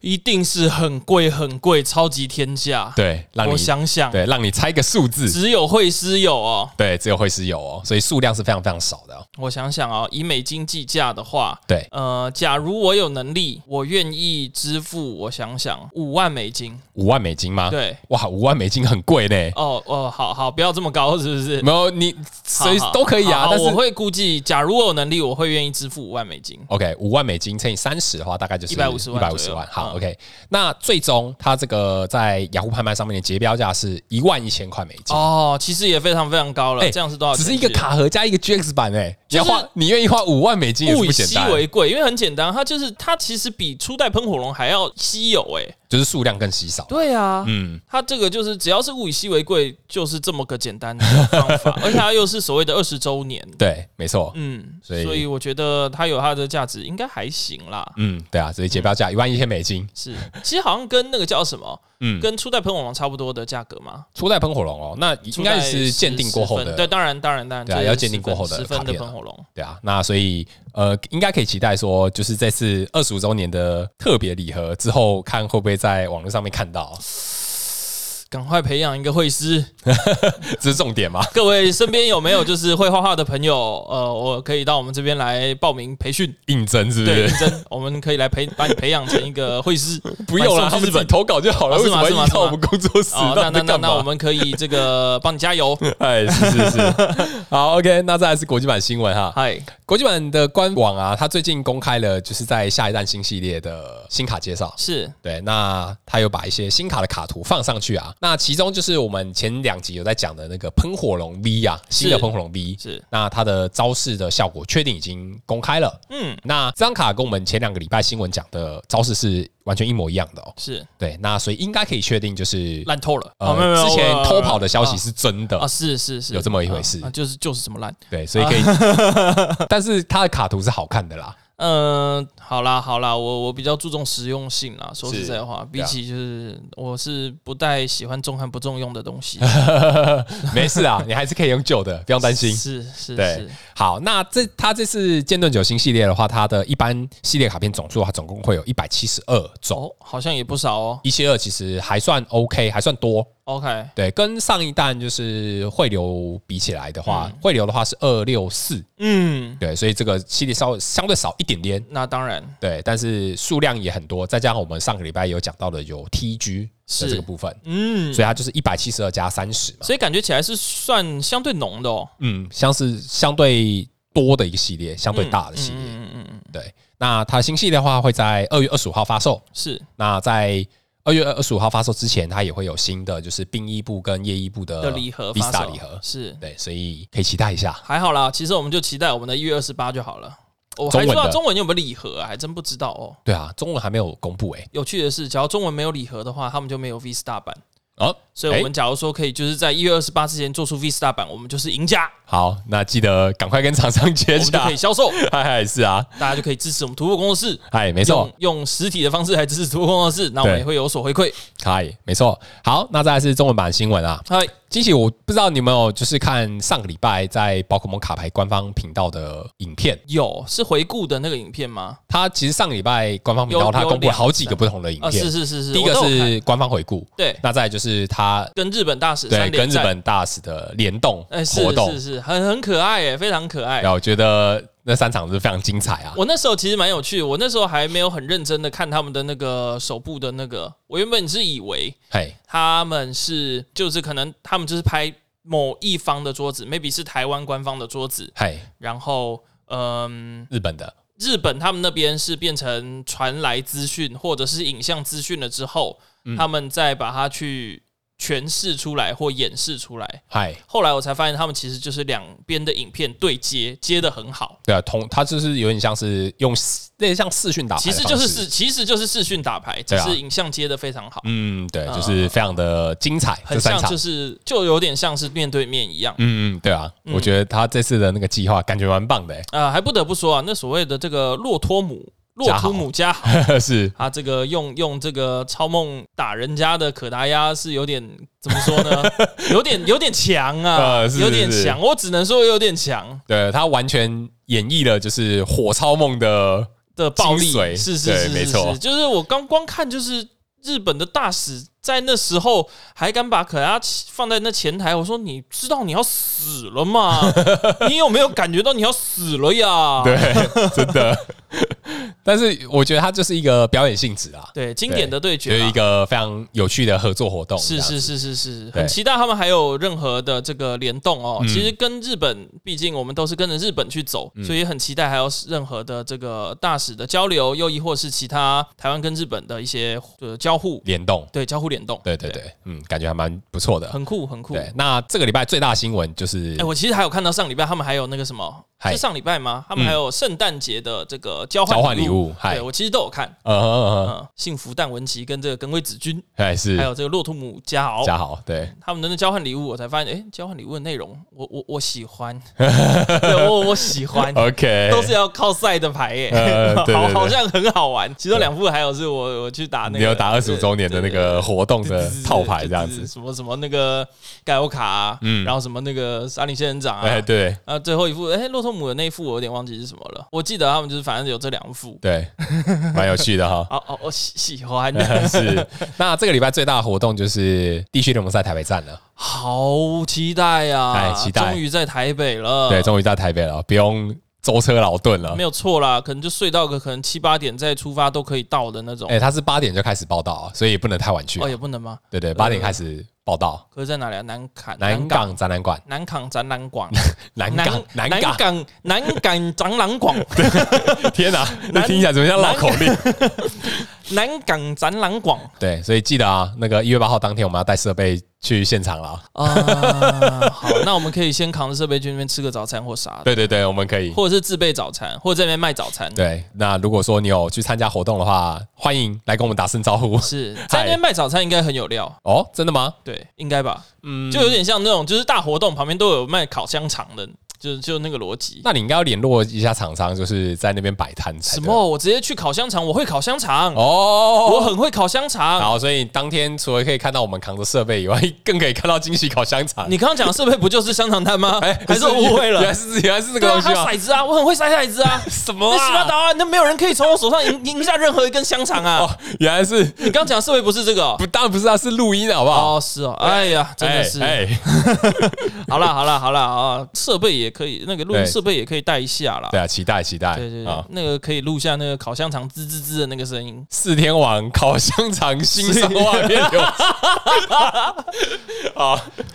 Speaker 1: 一定是很贵很贵，超级天价。
Speaker 2: 对，让你
Speaker 1: 我想想，
Speaker 2: 对让你猜个数字，
Speaker 1: 只有会师有哦。
Speaker 2: 对，只有会师有哦，所以数量是非常非常少的哦。
Speaker 1: 我想想哦，以美金计价的话，
Speaker 2: 对，
Speaker 1: 呃，假如我有能力，我愿意支付，我想想，五万美金。
Speaker 2: 五万美金吗？，
Speaker 1: 对，
Speaker 2: 哇，五万美金很贵呢。
Speaker 1: 哦哦，好好，不要这么高，是不 是？
Speaker 2: 没有你随
Speaker 1: 好好
Speaker 2: 都可以啊，
Speaker 1: 好好
Speaker 2: 但是
Speaker 1: 我会估计，假如我有能力，我会愿意支付五万美金。
Speaker 2: OK，五万美金乘以三十的话，大概就是
Speaker 1: 150万
Speaker 2: 150
Speaker 1: 左右
Speaker 2: 万。
Speaker 1: 嗯
Speaker 2: 好、o k 那最终它这个在雅虎拍卖上面的结标价是一万一千块美金。
Speaker 1: 哦，其实也非常非常高了，
Speaker 2: 哎
Speaker 1: 这样是多少
Speaker 2: 只
Speaker 1: 钱？
Speaker 2: 是一个卡盒加一个 GX 版哎、你要
Speaker 1: 就是
Speaker 2: 花，你愿意花五万美金也是
Speaker 1: 物
Speaker 2: 不
Speaker 1: 以
Speaker 2: 简
Speaker 1: 稀
Speaker 2: 单，
Speaker 1: 为贵，因为很简单，它就是它其实比初代喷火龙还要稀有哎、
Speaker 2: 就是数量更稀少。
Speaker 1: 对啊，
Speaker 2: 嗯，
Speaker 1: 它这个就是只要是物以稀为贵，就是这么个简单的方 法，而且它又是所谓的二十周年，
Speaker 2: 对，没错，
Speaker 1: 嗯，
Speaker 2: 所以
Speaker 1: 所以我觉得它有它的价值，应该还行啦。
Speaker 2: 嗯，对啊，所以结标价一万一千美金，
Speaker 1: 是，其实好像跟那个叫什么，
Speaker 2: 嗯，
Speaker 1: 跟初代喷火龙差不多的价格嘛，
Speaker 2: 初代喷火龙哦，那应该是鉴定过后
Speaker 1: 初代
Speaker 2: 的，
Speaker 1: 是10分对，当然当然当然，
Speaker 2: 对啊
Speaker 1: 这是
Speaker 2: 要鉴定过后的
Speaker 1: 十分
Speaker 2: 卡
Speaker 1: 的
Speaker 2: 片啊
Speaker 1: 喷火龙，
Speaker 2: 对啊，那所以呃，应该可以期待说，就是这次二十五周年的特别礼盒之后，看会不会在网络上面 看到，啊
Speaker 1: 赶快培养一个会师。
Speaker 2: 这是重点嘛？
Speaker 1: 各位身边有没有就是会画画的朋友？ 呃，我可以到我们这边来报名培训，
Speaker 2: 应征是不
Speaker 1: 对，
Speaker 2: 是
Speaker 1: 认？真，我们可以来培把你培养成一个会师。
Speaker 2: 不用啦，
Speaker 1: 买
Speaker 2: 他
Speaker 1: 啊送去
Speaker 2: 们
Speaker 1: 日
Speaker 2: 自己
Speaker 1: 本
Speaker 2: 投稿就好了，
Speaker 1: 哦
Speaker 2: 为
Speaker 1: 是
Speaker 2: 什
Speaker 1: 吗
Speaker 2: 么要依
Speaker 1: 是吗
Speaker 2: 靠我们工作室？
Speaker 1: 哦，那
Speaker 2: 到底
Speaker 1: 那
Speaker 2: 在
Speaker 1: 那
Speaker 2: 干
Speaker 1: 那我
Speaker 2: 嘛？
Speaker 1: 们可以这个帮你加 油。
Speaker 2: 哎，是是是， 好，OK，那再来是国际版新闻哈。
Speaker 1: 嗨，
Speaker 2: 国际版的官网啊，它最近公开了，就是在下一站新系列的新卡介绍。
Speaker 1: 是
Speaker 2: 对，那它有把一些新卡的卡图放上去啊。那其中就是我们前两集有在讲的那个喷火龙 V 啊，新的
Speaker 1: 是
Speaker 2: 喷火龙 V。
Speaker 1: 是，
Speaker 2: 那它的招式的效果确定已经公开了。
Speaker 1: 嗯，
Speaker 2: 那这张卡跟我们前两个礼拜新闻讲的招式是完全一模一样的哦。
Speaker 1: 是
Speaker 2: 对，那所以应该可以确定就是
Speaker 1: 烂透了。哦没有没
Speaker 2: 呃，
Speaker 1: 有
Speaker 2: 之前偷跑的消息
Speaker 1: 啊
Speaker 2: 是真
Speaker 1: 啊，
Speaker 2: 的，
Speaker 1: 是是是，
Speaker 2: 有这么一回事
Speaker 1: 啊啊就是就是这么烂。
Speaker 2: 对，所以可以，
Speaker 1: 啊
Speaker 2: 但是它的卡图是好看的啦，
Speaker 1: 嗯，好啦好啦，我我比较注重实用性啦。说实
Speaker 2: 是
Speaker 1: 在话，比
Speaker 2: 对啊
Speaker 1: 起就是我是不太喜欢重和不重用的东西，
Speaker 2: 没 事啊，你还是可以用旧的，不用 担心。
Speaker 1: 是是
Speaker 2: 对
Speaker 1: 是，
Speaker 2: 好，那这它这次剑盾九星系列的话，它的一般系列卡片总数它总共会有一百七十二种，
Speaker 1: 哦，好像也不少哦。
Speaker 2: 一七二其实还算 OK，还算多。
Speaker 1: OK，
Speaker 2: 对，跟上一弹就是汇流比起来的话，汇流的话是二六四，
Speaker 1: 嗯，
Speaker 2: 对，所以这个系列稍微相对少一点点，
Speaker 1: 那当然
Speaker 2: 对，但是数量也很多，再加上我们上个礼拜有讲到的有 TG 的
Speaker 1: 是
Speaker 2: 这个部分，
Speaker 1: 嗯，
Speaker 2: 所以它就是一百七十二加三十嘛，
Speaker 1: 所以感觉起来是算相对浓的哦，
Speaker 2: 嗯，像是相对多的一个系列，相对大的系
Speaker 1: 嗯
Speaker 2: 列。
Speaker 1: 嗯嗯嗯，嗯
Speaker 2: 对，那它新系列的话会在二月二十五号发售，
Speaker 1: 是
Speaker 2: 那在二月二十五号发售之前，它也会有新的就是兵衣部跟夜衣部的
Speaker 1: 的礼盒
Speaker 2: v i
Speaker 1: 发
Speaker 2: s
Speaker 1: 售
Speaker 2: 呃礼盒，
Speaker 1: 是
Speaker 2: 对，所以可以期待一下。
Speaker 1: 还好啦，其实我们就期待我们的一月二十八就好了。我
Speaker 2: 中
Speaker 1: 还不
Speaker 2: 文的
Speaker 1: 知道中文有没有礼盒、啊，还真不知道哦。
Speaker 2: 对啊，中文还没有公布哎、
Speaker 1: 有趣的是，只要中文没有礼盒的话，他们就没有 V Star 版。
Speaker 2: 哦，
Speaker 1: 所以，我们假如说可以就是在一月二十八之前做出 V Star 版，我们就是赢 家，
Speaker 2: 好，那记得赶快跟厂商
Speaker 1: 我
Speaker 2: 接
Speaker 1: 们就
Speaker 2: 洽
Speaker 1: 可以。销售，
Speaker 2: 嗨嗨，是啊，
Speaker 1: 大家就可以支持我们徒步工作室，
Speaker 2: 嗨，没错
Speaker 1: 用，用实体的方式来支持徒步工作室，那我们
Speaker 2: 对
Speaker 1: 也会有所回馈。
Speaker 2: 嗨，没错。好，那再来是中文版新闻啊。
Speaker 1: 嗨，
Speaker 2: 惊喜，我不知道你有没有就是看上个礼拜在宝可梦卡牌官方频道的影片，
Speaker 1: 有是回顾的那个影片吗？
Speaker 2: 它其实上个礼拜官方频
Speaker 1: 有
Speaker 2: 道它
Speaker 1: 有
Speaker 2: 公布了
Speaker 1: 两
Speaker 2: 好几个
Speaker 1: 三
Speaker 2: 不同的影
Speaker 1: 啊，
Speaker 2: 片
Speaker 1: 是，是是是，
Speaker 2: 第一
Speaker 1: 我
Speaker 2: 个
Speaker 1: 都有看
Speaker 2: 是官方回顾，
Speaker 1: 对，
Speaker 2: 那再来就是它
Speaker 1: 跟日本大使
Speaker 2: 对
Speaker 1: 三
Speaker 2: 跟
Speaker 1: 连
Speaker 2: 日
Speaker 1: 战，
Speaker 2: 本大使的联动
Speaker 1: 哎、是
Speaker 2: 活动
Speaker 1: 是，是，很很可爱哎，非常可爱
Speaker 2: 然。后我觉得那三场是非常精彩啊。
Speaker 1: 我那时候其实蛮有趣，我那时候还没有很认真的看他们的那个手部的那个，我原本是以为
Speaker 2: 嘿，
Speaker 1: 他们是就是可能他们就是拍某一方的桌子，maybe 是台湾官方的桌子，
Speaker 2: 嘿，
Speaker 1: 然后嗯，
Speaker 2: 日本的
Speaker 1: 日本他们那边是变成传来资讯或者是影像资讯了之后，他们再把它去诠释出来或演示出来。
Speaker 2: 嗨，
Speaker 1: 后来我才发现，他们其实就是两边的影片对接，接的很好。
Speaker 2: 对啊，同它就是有点像是用类似像视讯打牌
Speaker 1: 其
Speaker 2: 的
Speaker 1: 实
Speaker 2: 方式，
Speaker 1: 就是视，其实就是视讯打牌，只
Speaker 2: 对啊
Speaker 1: 是影像接的非常好，
Speaker 2: 嗯，对，
Speaker 1: 嗯
Speaker 2: 就是非常的精彩，
Speaker 1: 很
Speaker 2: 这三
Speaker 1: 像
Speaker 2: 场
Speaker 1: 就。是就有点像是面对面一样。
Speaker 2: 嗯嗯，对啊，
Speaker 1: 嗯
Speaker 2: 我觉得他这次的那个计划感觉蛮棒的、
Speaker 1: 呃，还不得不说啊，那所谓的这个洛托姆、洛
Speaker 2: 加好
Speaker 1: 图姆加好，
Speaker 2: 欸， 是
Speaker 1: 他这个用用这个超梦打人家的可达鸭是有点怎么说 呢？有点有点强啊，
Speaker 2: 呃是
Speaker 1: 有点
Speaker 2: 是是
Speaker 1: 强，我只能说有点强。
Speaker 2: 对他完全演绎了就是火超梦的
Speaker 1: 的暴力
Speaker 2: 精，髓
Speaker 1: 是是
Speaker 2: 对
Speaker 1: 是
Speaker 2: 没
Speaker 1: 是
Speaker 2: 错
Speaker 1: 是，就是我刚光看就是日本的大使在那时候还敢把可拉放在那前台，我说你知道你要死了 吗？你有没有感觉到你要死了呀？
Speaker 2: 对，真的。 但是我觉得它就是一个表演性质啊，
Speaker 1: 对，经典的对
Speaker 2: 就
Speaker 1: 决
Speaker 2: 是
Speaker 1: 嘛
Speaker 2: 一个非常有趣的合作活动。
Speaker 1: 是
Speaker 2: 这样
Speaker 1: 是
Speaker 2: 子，
Speaker 1: 是是是，
Speaker 2: 对
Speaker 1: 很期待他们还有任何的这个联动哦。
Speaker 2: 嗯
Speaker 1: 其实跟日本，毕竟我们都是跟着日本去走，所以很期待还有任何的这个大使的交流，又亦或是其他台湾跟日本的一些呃交互，
Speaker 2: 联动，
Speaker 1: 对交互联动，
Speaker 2: 对对对，嗯，感觉还蛮不错的。
Speaker 1: 很酷很酷。
Speaker 2: 对，那这个礼拜最大的新闻就是
Speaker 1: 哎、，我其实还有看到上礼拜他们还有那个什么，
Speaker 2: 嗨
Speaker 1: 是上礼拜吗？他们还有圣诞节的这个交
Speaker 2: 交
Speaker 1: 换
Speaker 2: 换礼物嗨
Speaker 1: 对我其实都有看。
Speaker 2: 呃呃，呃
Speaker 1: 嗯，幸福蛋文琪跟这个耿鬼子君，
Speaker 2: 还是
Speaker 1: 还有这个洛图姆嘉豪，
Speaker 2: 嘉豪，对，
Speaker 1: 他们的那交换礼物，我才发现，哎、交换礼物的内容，我我我喜欢，对我我喜欢，
Speaker 2: OK，
Speaker 1: 都是要靠赛的牌耶、
Speaker 2: 呃对对
Speaker 1: 好
Speaker 2: 对
Speaker 1: 好像很好玩。其中两副还有是我我去打那个，
Speaker 2: 你有打二十五周年的那个活动
Speaker 1: 对对
Speaker 2: 的
Speaker 1: 对对
Speaker 2: 套牌这样
Speaker 1: 就是
Speaker 2: 子，
Speaker 1: 什么什么那个盖欧卡、啊，
Speaker 2: 嗯
Speaker 1: 然后什么那个沙林仙人掌啊，
Speaker 2: 哎，对
Speaker 1: 啊，最后一副，哎、洛托姆的那一副我有点忘记是什么了，我记得他们就是反正有这两副，
Speaker 2: 对， 蛮有趣的哈。
Speaker 1: 哦哦，我喜喜 欢，
Speaker 2: 是，那这个礼拜最大的活动就是地区联盟赛台北站了，
Speaker 1: 好期待呀、
Speaker 2: 哎期待
Speaker 1: 终于在台北了，
Speaker 2: 对，终于到台北了，不用舟车劳顿了
Speaker 1: 嗯没。有错啦，可能就睡到个可能七八点再出发都可以到的那种。
Speaker 2: 哎，他是八点就开始报道，啊所以也不能太晚去
Speaker 1: 哦，。也不能吗？
Speaker 2: 对对，八点开始报道，
Speaker 1: 可是在哪里啊？南坎、
Speaker 2: 南港展览馆，
Speaker 1: 南港展览馆、
Speaker 2: 南港，南
Speaker 1: 南
Speaker 2: 港，
Speaker 1: 港、南港展览馆、
Speaker 2: 天哪，
Speaker 1: 南
Speaker 2: 这听起来怎么像绕口令？
Speaker 1: 南港展览馆
Speaker 2: 对，所以记得啊，那个一月八号当天我们要带设备去现场了。
Speaker 1: 啊。好，那我们可以先扛着设备去那边吃个早餐或啥的，
Speaker 2: 对对对，我们可以。
Speaker 1: 或者是自备早餐，或者在那边卖早餐。
Speaker 2: 对，那如果说你有去参加活动的话，欢迎来跟我们打声招呼。
Speaker 1: 是在那边卖早餐应该很有料，
Speaker 2: 哦，真的吗？
Speaker 1: 对，应该吧？
Speaker 2: 嗯，
Speaker 1: 就有点像那种就是大活动旁边都有卖烤香肠的，就就那个逻辑。
Speaker 2: 那你应该要联络一下厂商，就是在那边摆摊才
Speaker 1: 什
Speaker 2: 对啊
Speaker 1: 么？我直接去烤香肠，我会烤香肠，啊
Speaker 2: 哦，
Speaker 1: 我很会烤香肠。
Speaker 2: 好，所以当天除了可以看到我们扛着设备以外，更可以看到惊喜烤香肠。
Speaker 1: 你刚刚讲的设备不就是香肠摊 吗？还是我误会
Speaker 2: 原来
Speaker 1: 了？
Speaker 2: 哎是原来是
Speaker 1: 对
Speaker 2: 这个
Speaker 1: 啊，
Speaker 2: 东西
Speaker 1: 还有
Speaker 2: 吗？
Speaker 1: 骰子啊，我很会骰骰子啊。
Speaker 2: 什
Speaker 1: 那
Speaker 2: 么
Speaker 1: 十八
Speaker 2: 啊？
Speaker 1: 刀啊，那没有人可以从我手上赢赢下任何一根香肠啊！
Speaker 2: 哦，原来是
Speaker 1: 你刚刚讲的设备不是这个哦
Speaker 2: 不，当然不是啊，是录音的好不好？
Speaker 1: 哦是哦，哎呀，真的是。
Speaker 2: 哎，哎
Speaker 1: 好了好了好了啊，设备也可以，那个录音
Speaker 2: 对
Speaker 1: 设备也可以带一下啦
Speaker 2: 对。啊，期待期待，
Speaker 1: 对对对
Speaker 2: 啊，，
Speaker 1: 那个可以录下那个烤香肠滋滋滋的那个声音。
Speaker 2: 四天王烤香肠新上画面有，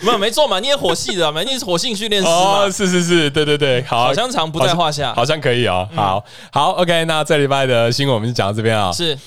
Speaker 1: 没有没错嘛，你也火系的嘛， 你是火性训练师
Speaker 2: 哦，
Speaker 1: 嘛，
Speaker 2: 是是是，对对对，好
Speaker 1: 烤，香肠不在话下。
Speaker 2: 好像可以
Speaker 1: 嗯
Speaker 2: 哦，好好，OK，那这礼拜的新闻我们就讲到这边啊，
Speaker 1: 是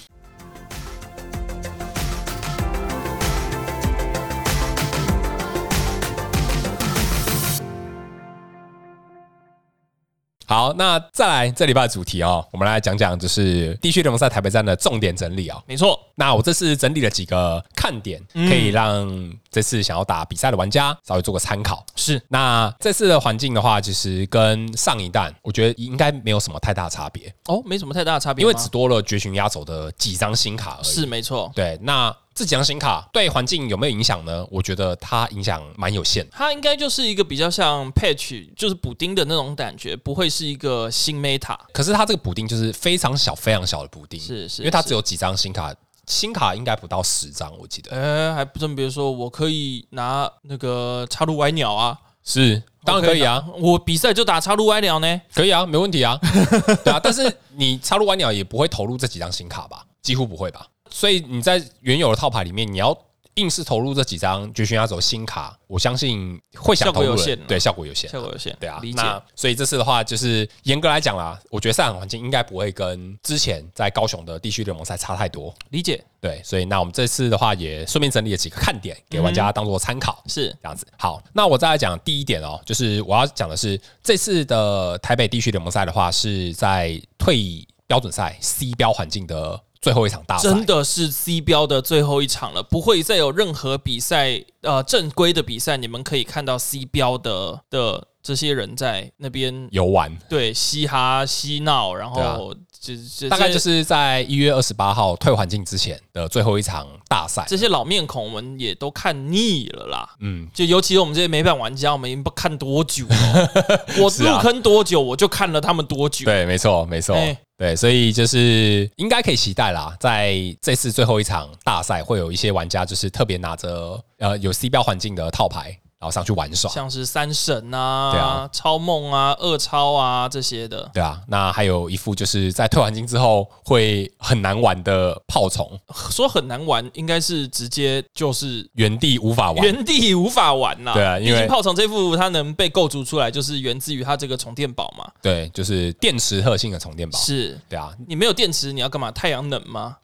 Speaker 2: 好，那再来这礼拜的主题哦，我们来讲讲就是地区联盟赛台北站的重点整理哦。
Speaker 1: 没错，
Speaker 2: 那我这次整理了几个看点，
Speaker 1: 嗯
Speaker 2: 可以让这次想要打比赛的玩家稍微做个参考。
Speaker 1: 是
Speaker 2: 那这次的环境的话，其实跟上一弹我觉得应该没有什么太大的差别，
Speaker 1: 哦，没什么太大的差别
Speaker 2: 因
Speaker 1: 吗，
Speaker 2: 为只多了绝旬压轴的几张新卡而已。
Speaker 1: 是没错，
Speaker 2: 对，那这几张新卡对环境有没有影响呢？我觉得它影响蛮有限的。
Speaker 1: 它应该就是一个比较像 patch，就是补丁的那种感觉，不会是一个新 meta。
Speaker 2: 可是它这个补丁就是非常小、非常小的补丁，
Speaker 1: 是是
Speaker 2: 因为它
Speaker 1: 是
Speaker 2: 只有几张新卡，新卡应该不到十张，我记得
Speaker 1: 哎，还不真别说，我可以拿那个插入歪鸟啊，
Speaker 2: 是，当然可以啊，
Speaker 1: 我比赛就打插入歪鸟呢。
Speaker 2: 可以啊，没问题啊， 对啊，但是你插入完鸟也不会投入这几张新卡吧？几乎不会吧？所以你在原有的套牌里面，你要硬是投入这几张绝旬压轴新卡，我相信会想
Speaker 1: 效果
Speaker 2: 投入
Speaker 1: 有
Speaker 2: 的
Speaker 1: 限啊
Speaker 2: 对，效果有限啊，
Speaker 1: 效果有限，
Speaker 2: 对啊
Speaker 1: 理，解。
Speaker 2: 那所以这次的话，就是严格来讲啦，我觉得赛场环境应该不会跟之前在高雄的地区联盟赛差太多。
Speaker 1: 理解
Speaker 2: 对，所以那我们这次的话，也顺便整理了几个看点，给玩家当做参考。
Speaker 1: 是
Speaker 2: 这样子，好，那我再来讲第一点哦，就是我要讲的是这次的台北地区联盟赛的话，是在退役标准赛 C 标环境的最后一场大赛，
Speaker 1: 真的是 C 标的最后一场了，不会再有任何比赛，呃，正规的比赛，你们可以看到 C 标的的这些人在那边
Speaker 2: 游玩，
Speaker 1: 对嘻哈嬉闹，然
Speaker 2: 对啊
Speaker 1: 后这这
Speaker 2: 大概就
Speaker 1: 这
Speaker 2: 是在一月二十八号退环境之前的最后一场大赛。
Speaker 1: 这些老面孔，我们也都看腻了啦。
Speaker 2: 嗯，
Speaker 1: 就尤其是我们这些美版玩家，我们已经不看多久了。 我
Speaker 2: 是啊
Speaker 1: 入坑多久，我就看了他们多久。
Speaker 2: 对，没错，没错。
Speaker 1: 哎
Speaker 2: 对，所以就是应该可以期待啦，在这次最后一场大赛，会有一些玩家就是特别拿着呃有 C 标环境的套牌，然后上去玩耍。
Speaker 1: 像是三神啊、
Speaker 2: 对啊
Speaker 1: 超梦啊、恶超啊这些的，
Speaker 2: 对啊，那还有一副就是在退环境之后会很难玩的炮虫，
Speaker 1: 说很难玩，应该是直接就是
Speaker 2: 原地无法玩。
Speaker 1: 原地无法玩呐、
Speaker 2: 对啊因为
Speaker 1: 毕竟炮厂这副它能被构筑出来，就是源自于它这个充电宝嘛。
Speaker 2: 对，就是电池特性的充电宝。
Speaker 1: 是
Speaker 2: 对啊，
Speaker 1: 你没有电池，你要干嘛？太阳能吗？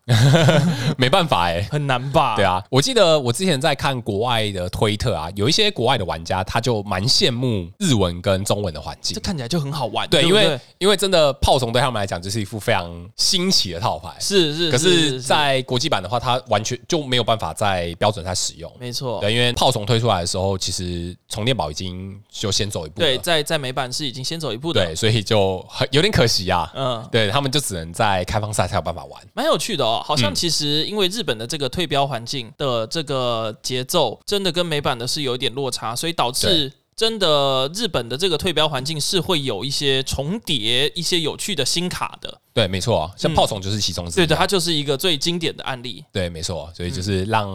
Speaker 2: 没办法哎、
Speaker 1: 很难吧？
Speaker 2: 对啊，我记得我之前在看国外的推特啊，有一些国外的玩家，他就蛮羡慕日文跟中文的环境
Speaker 1: 这。看起来就很好玩。
Speaker 2: 对，
Speaker 1: 对不
Speaker 2: 因
Speaker 1: 对，
Speaker 2: 为因为真的炮虫对他们来讲就是一副非常新奇的套牌，
Speaker 1: 是是，
Speaker 2: 可
Speaker 1: 是
Speaker 2: 是，在国际版的话，它完全就没有办法在标准赛使用。
Speaker 1: 没错。
Speaker 2: 对，因为炮虫推出来的时候，其实充电宝已经就先走一步了，
Speaker 1: 对，在在美版是已经先走一步的，
Speaker 2: 对，所以就很有点可惜啊。
Speaker 1: 嗯，
Speaker 2: 对他们就只能在开放赛才有办法玩。
Speaker 1: 蛮有趣的哦。好像
Speaker 2: 嗯
Speaker 1: 其实因为日本的这个退标环境的这个节奏，真的跟美版的是有一点落差，所以导致。真的，日本的这个退标环境是会有一些重叠、一些有趣的新卡的。
Speaker 2: 对，没错，啊像
Speaker 1: 嗯
Speaker 2: 炮虫就是其中之一
Speaker 1: 对
Speaker 2: 啊。
Speaker 1: 对，嗯它就是一个最经典的案例。
Speaker 2: 对，没错，啊所以就是让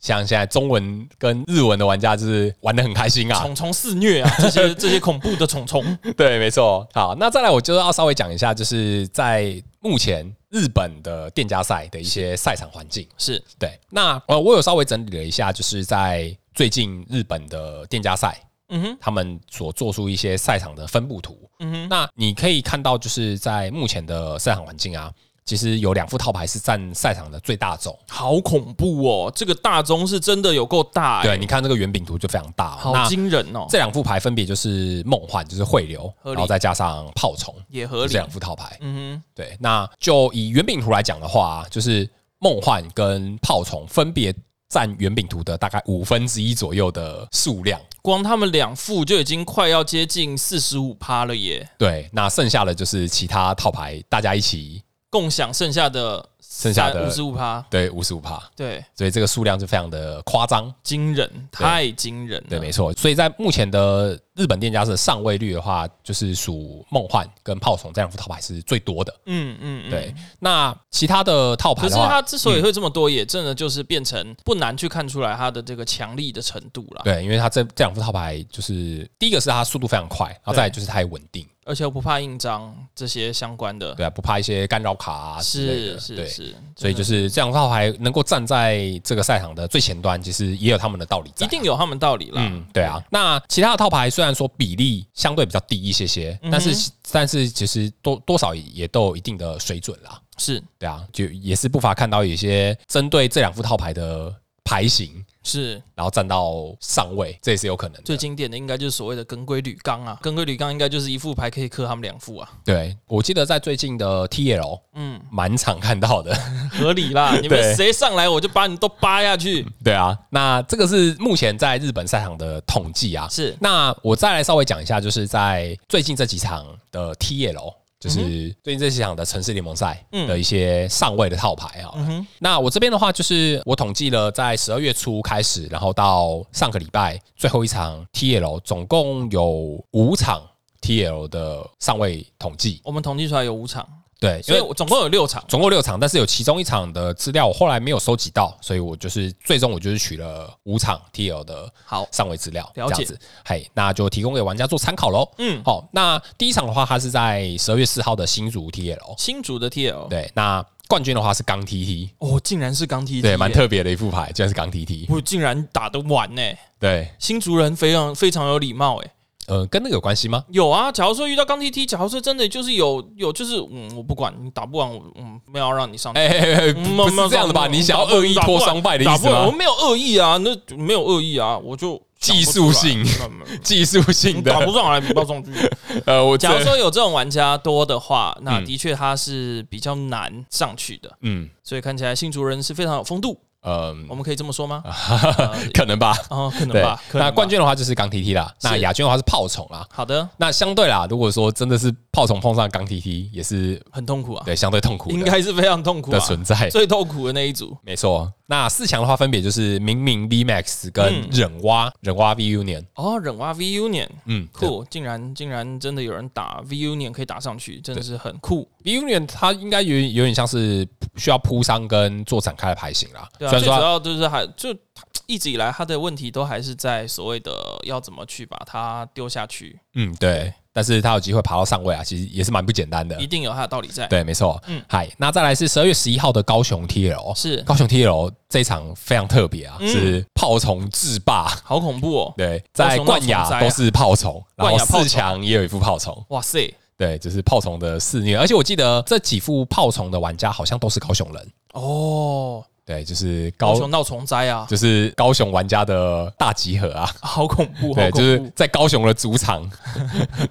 Speaker 2: 像现在中文跟日文的玩家就是玩的很开心啊。
Speaker 1: 虫虫肆虐啊，这些这些恐怖的虫虫，
Speaker 2: 对，没错。好，那再来，我就要稍微讲一下，就是在目前日本的店家赛的一些赛场环境。
Speaker 1: 是
Speaker 2: 对，那呃，我有稍微整理了一下，就是在最近日本的店家赛，
Speaker 1: 嗯哼，
Speaker 2: 他们所做出一些赛场的分布图。
Speaker 1: 嗯哼，
Speaker 2: 那你可以看到，就是在目前的赛场环境啊，其实有两副套牌是占赛场的最大宗。
Speaker 1: 好恐怖哦！这个大钟是真的有够大、
Speaker 2: 对，
Speaker 1: 欸，
Speaker 2: 你看这个圆饼图就非常大、哦。
Speaker 1: 好
Speaker 2: 那
Speaker 1: 惊人哦，
Speaker 2: 这两副牌分别就是梦幻，就是汇流，
Speaker 1: 合
Speaker 2: 然
Speaker 1: 理
Speaker 2: 后再加上炮虫
Speaker 1: 也合理
Speaker 2: 这。两副套牌。
Speaker 1: 嗯
Speaker 2: 对，那就以圆饼图来讲的话，啊就是梦幻跟炮虫分别占圆饼图的大概五分之一左右的数量。
Speaker 1: 哼，光他们两副就已经快要接近四十五趴了耶，
Speaker 2: 对，那剩下的就是其他套牌大家一起
Speaker 1: 共享剩下的
Speaker 2: 剩下的
Speaker 1: 五十五趴，
Speaker 2: 对五十五趴，
Speaker 1: 对，
Speaker 2: 所以这个数量就非常的夸张。
Speaker 1: 惊人，太惊人了。
Speaker 2: 对，没错。所以在目前的日本店家是上位率的话，就是属梦幻跟炮虫这两副套牌是最多的。
Speaker 1: 嗯嗯嗯，。
Speaker 2: 对，那其他的套牌
Speaker 1: 可是
Speaker 2: 的话，嗯
Speaker 1: 它之所以会这么多，也真的就是变成不难去看出来它的这个强力的程度啦。
Speaker 2: 对，因为它这这两副套牌就是第一个是它速度非常快，然后再来就是它也稳定，
Speaker 1: 而且又不怕印章这些相关的，
Speaker 2: 对啊，不怕一些干扰卡啊之类
Speaker 1: 是
Speaker 2: 的，
Speaker 1: 是
Speaker 2: 对。
Speaker 1: 是，
Speaker 2: 所以就是是这两副套牌能够站在这个赛场的最前端，其实也有他们的道理在。
Speaker 1: 一定有他们道理啦。
Speaker 2: 嗯，对啊。那其他的套牌虽然说比例相对比较低一些些，
Speaker 1: 嗯哼
Speaker 2: 但是但是其实多多少也都有一定的水准啦。
Speaker 1: 是
Speaker 2: 对啊，就也是不乏看到有一些针对这两副套牌的牌型，
Speaker 1: 是，
Speaker 2: 然后站到上位，这也是有可能的。
Speaker 1: 最经典的应该就是所谓的耿鬼铝钢啊，耿鬼铝钢应该就是一副牌可以克他们两副啊，
Speaker 2: 对，我记得在最近的 TL
Speaker 1: 嗯，
Speaker 2: 蛮常看到的。
Speaker 1: 合理 啦。你
Speaker 2: 对
Speaker 1: 们谁上来我就把你都扒下去，
Speaker 2: 对啊，那这个是目前在日本赛场的统计啊。
Speaker 1: 是
Speaker 2: 那我再来稍微讲一下，就是在最近这几场的 TL，就是最近这几场的城市联盟赛
Speaker 1: 嗯
Speaker 2: 的一些上位的套牌啊。
Speaker 1: 嗯哼，
Speaker 2: 那我这边的话，就是我统计了在十二月初开始，然后到上个礼拜最后一场 TL，总共有五场 TL 的上位统计。
Speaker 1: 我们统计出来有五场，
Speaker 2: 对，因
Speaker 1: 所以
Speaker 2: 为
Speaker 1: 我总共有六场，
Speaker 2: 总共六场，但是有其中一场的资料我后来没有收集到，所以我就是最终我就是取了五场 TL 的
Speaker 1: 好，
Speaker 2: 上位资料，
Speaker 1: 了
Speaker 2: 这
Speaker 1: 解
Speaker 2: 样子，嘿，那就提供给玩家做参考喽。
Speaker 1: 嗯，
Speaker 2: 好、那第一场的话，它是在十二月四号的新竹 TL，
Speaker 1: 新竹的 TL，
Speaker 2: 对，那冠军的话是钢 TT，
Speaker 1: 哦，竟然是钢 T，
Speaker 2: 对，蛮，特别的一副牌，居然是钢 TT，
Speaker 1: 我竟然打得完呢、
Speaker 2: 对，
Speaker 1: 新竹人非常非常有礼貌哎、
Speaker 2: 呃，跟那个有关系吗？
Speaker 1: 有啊，假如说遇到钢 T T，假如说真的就是有有就是嗯，我不管你打不完，我嗯没有要让你上。
Speaker 2: 哎、哎哎不
Speaker 1: 嗯
Speaker 2: 不是这样的吧？
Speaker 1: 没有
Speaker 2: 你想要恶意拖双败的意
Speaker 1: 打
Speaker 2: 思
Speaker 1: 不完，我
Speaker 2: 吗？
Speaker 1: 没有恶意啊，那没有恶意啊，我就
Speaker 2: 技术性
Speaker 1: 想不出来嗯
Speaker 2: 技术性
Speaker 1: 打
Speaker 2: 的
Speaker 1: 不，上来不要中距。
Speaker 2: 呃，我
Speaker 1: 假如
Speaker 2: 这
Speaker 1: 说有这种玩家多的话，那
Speaker 2: 嗯
Speaker 1: 的确他是比较难上去的，
Speaker 2: 嗯，
Speaker 1: 所以看起来新竹人是非常有风度。
Speaker 2: 嗯，
Speaker 1: 我们可以这么说吗？啊
Speaker 2: 可能吧。
Speaker 1: 哦，可能
Speaker 2: 对
Speaker 1: 吧。，可能
Speaker 2: 那
Speaker 1: 吧
Speaker 2: 冠军的话就是钢 T T 啦，那
Speaker 1: 是
Speaker 2: 亚军的话是炮宠啦。
Speaker 1: 好的，
Speaker 2: 那相对啦，如果说真的是炮宠碰上钢 T T，也是
Speaker 1: 很痛苦啊，
Speaker 2: 对相对痛苦的
Speaker 1: 应该是非常痛苦
Speaker 2: 的
Speaker 1: 啊，
Speaker 2: 存在。
Speaker 1: 最痛苦的那一组。
Speaker 2: 没错，那四强的话分别就是明明 V Max 跟
Speaker 1: 嗯
Speaker 2: 忍蛙，忍蛙 V Union。
Speaker 1: 哦，忍蛙 V Union，
Speaker 2: 嗯，
Speaker 1: 酷，竟然竟然真的有人打 V Union 可以打上去，真的是很酷。
Speaker 2: V Union 它应该有有点像是需要铺伤跟做展开的牌型啦。
Speaker 1: 对啊，
Speaker 2: 虽
Speaker 1: 最
Speaker 2: 然
Speaker 1: 主
Speaker 2: 说它
Speaker 1: 要就是还就他一直以来他的问题都还是在所谓的要怎么去把它丢下去，
Speaker 2: 嗯对，但是它有机会爬到上位啊，其实也是蛮不简单的
Speaker 1: 一。定有它的道理在。
Speaker 2: 对，没错。
Speaker 1: 嗯
Speaker 2: 嗨，那再来是十二月十一号的高雄 TL，
Speaker 1: 是
Speaker 2: 高雄 TL 这一场非常特别啊，
Speaker 1: 嗯
Speaker 2: 是炮虫制霸。
Speaker 1: 好恐怖哦！
Speaker 2: 对，
Speaker 1: 高
Speaker 2: 在
Speaker 1: 雄
Speaker 2: 冠
Speaker 1: 闹虫灾
Speaker 2: 亚
Speaker 1: 啊
Speaker 2: 都是炮虫，然
Speaker 1: 冠
Speaker 2: 后
Speaker 1: 亚炮虫
Speaker 2: 四强也有一副炮虫。
Speaker 1: 哇塞，
Speaker 2: 对，就是炮虫的肆虐，而且我记得这几副炮虫的玩家好像都是高雄人，
Speaker 1: 哦，
Speaker 2: 对，就是
Speaker 1: 高
Speaker 2: 高
Speaker 1: 雄闹虫灾啊，
Speaker 2: 就是高雄玩家的大集合啊，
Speaker 1: 好恐怖，好恐怖。
Speaker 2: 对，就是在高雄的主场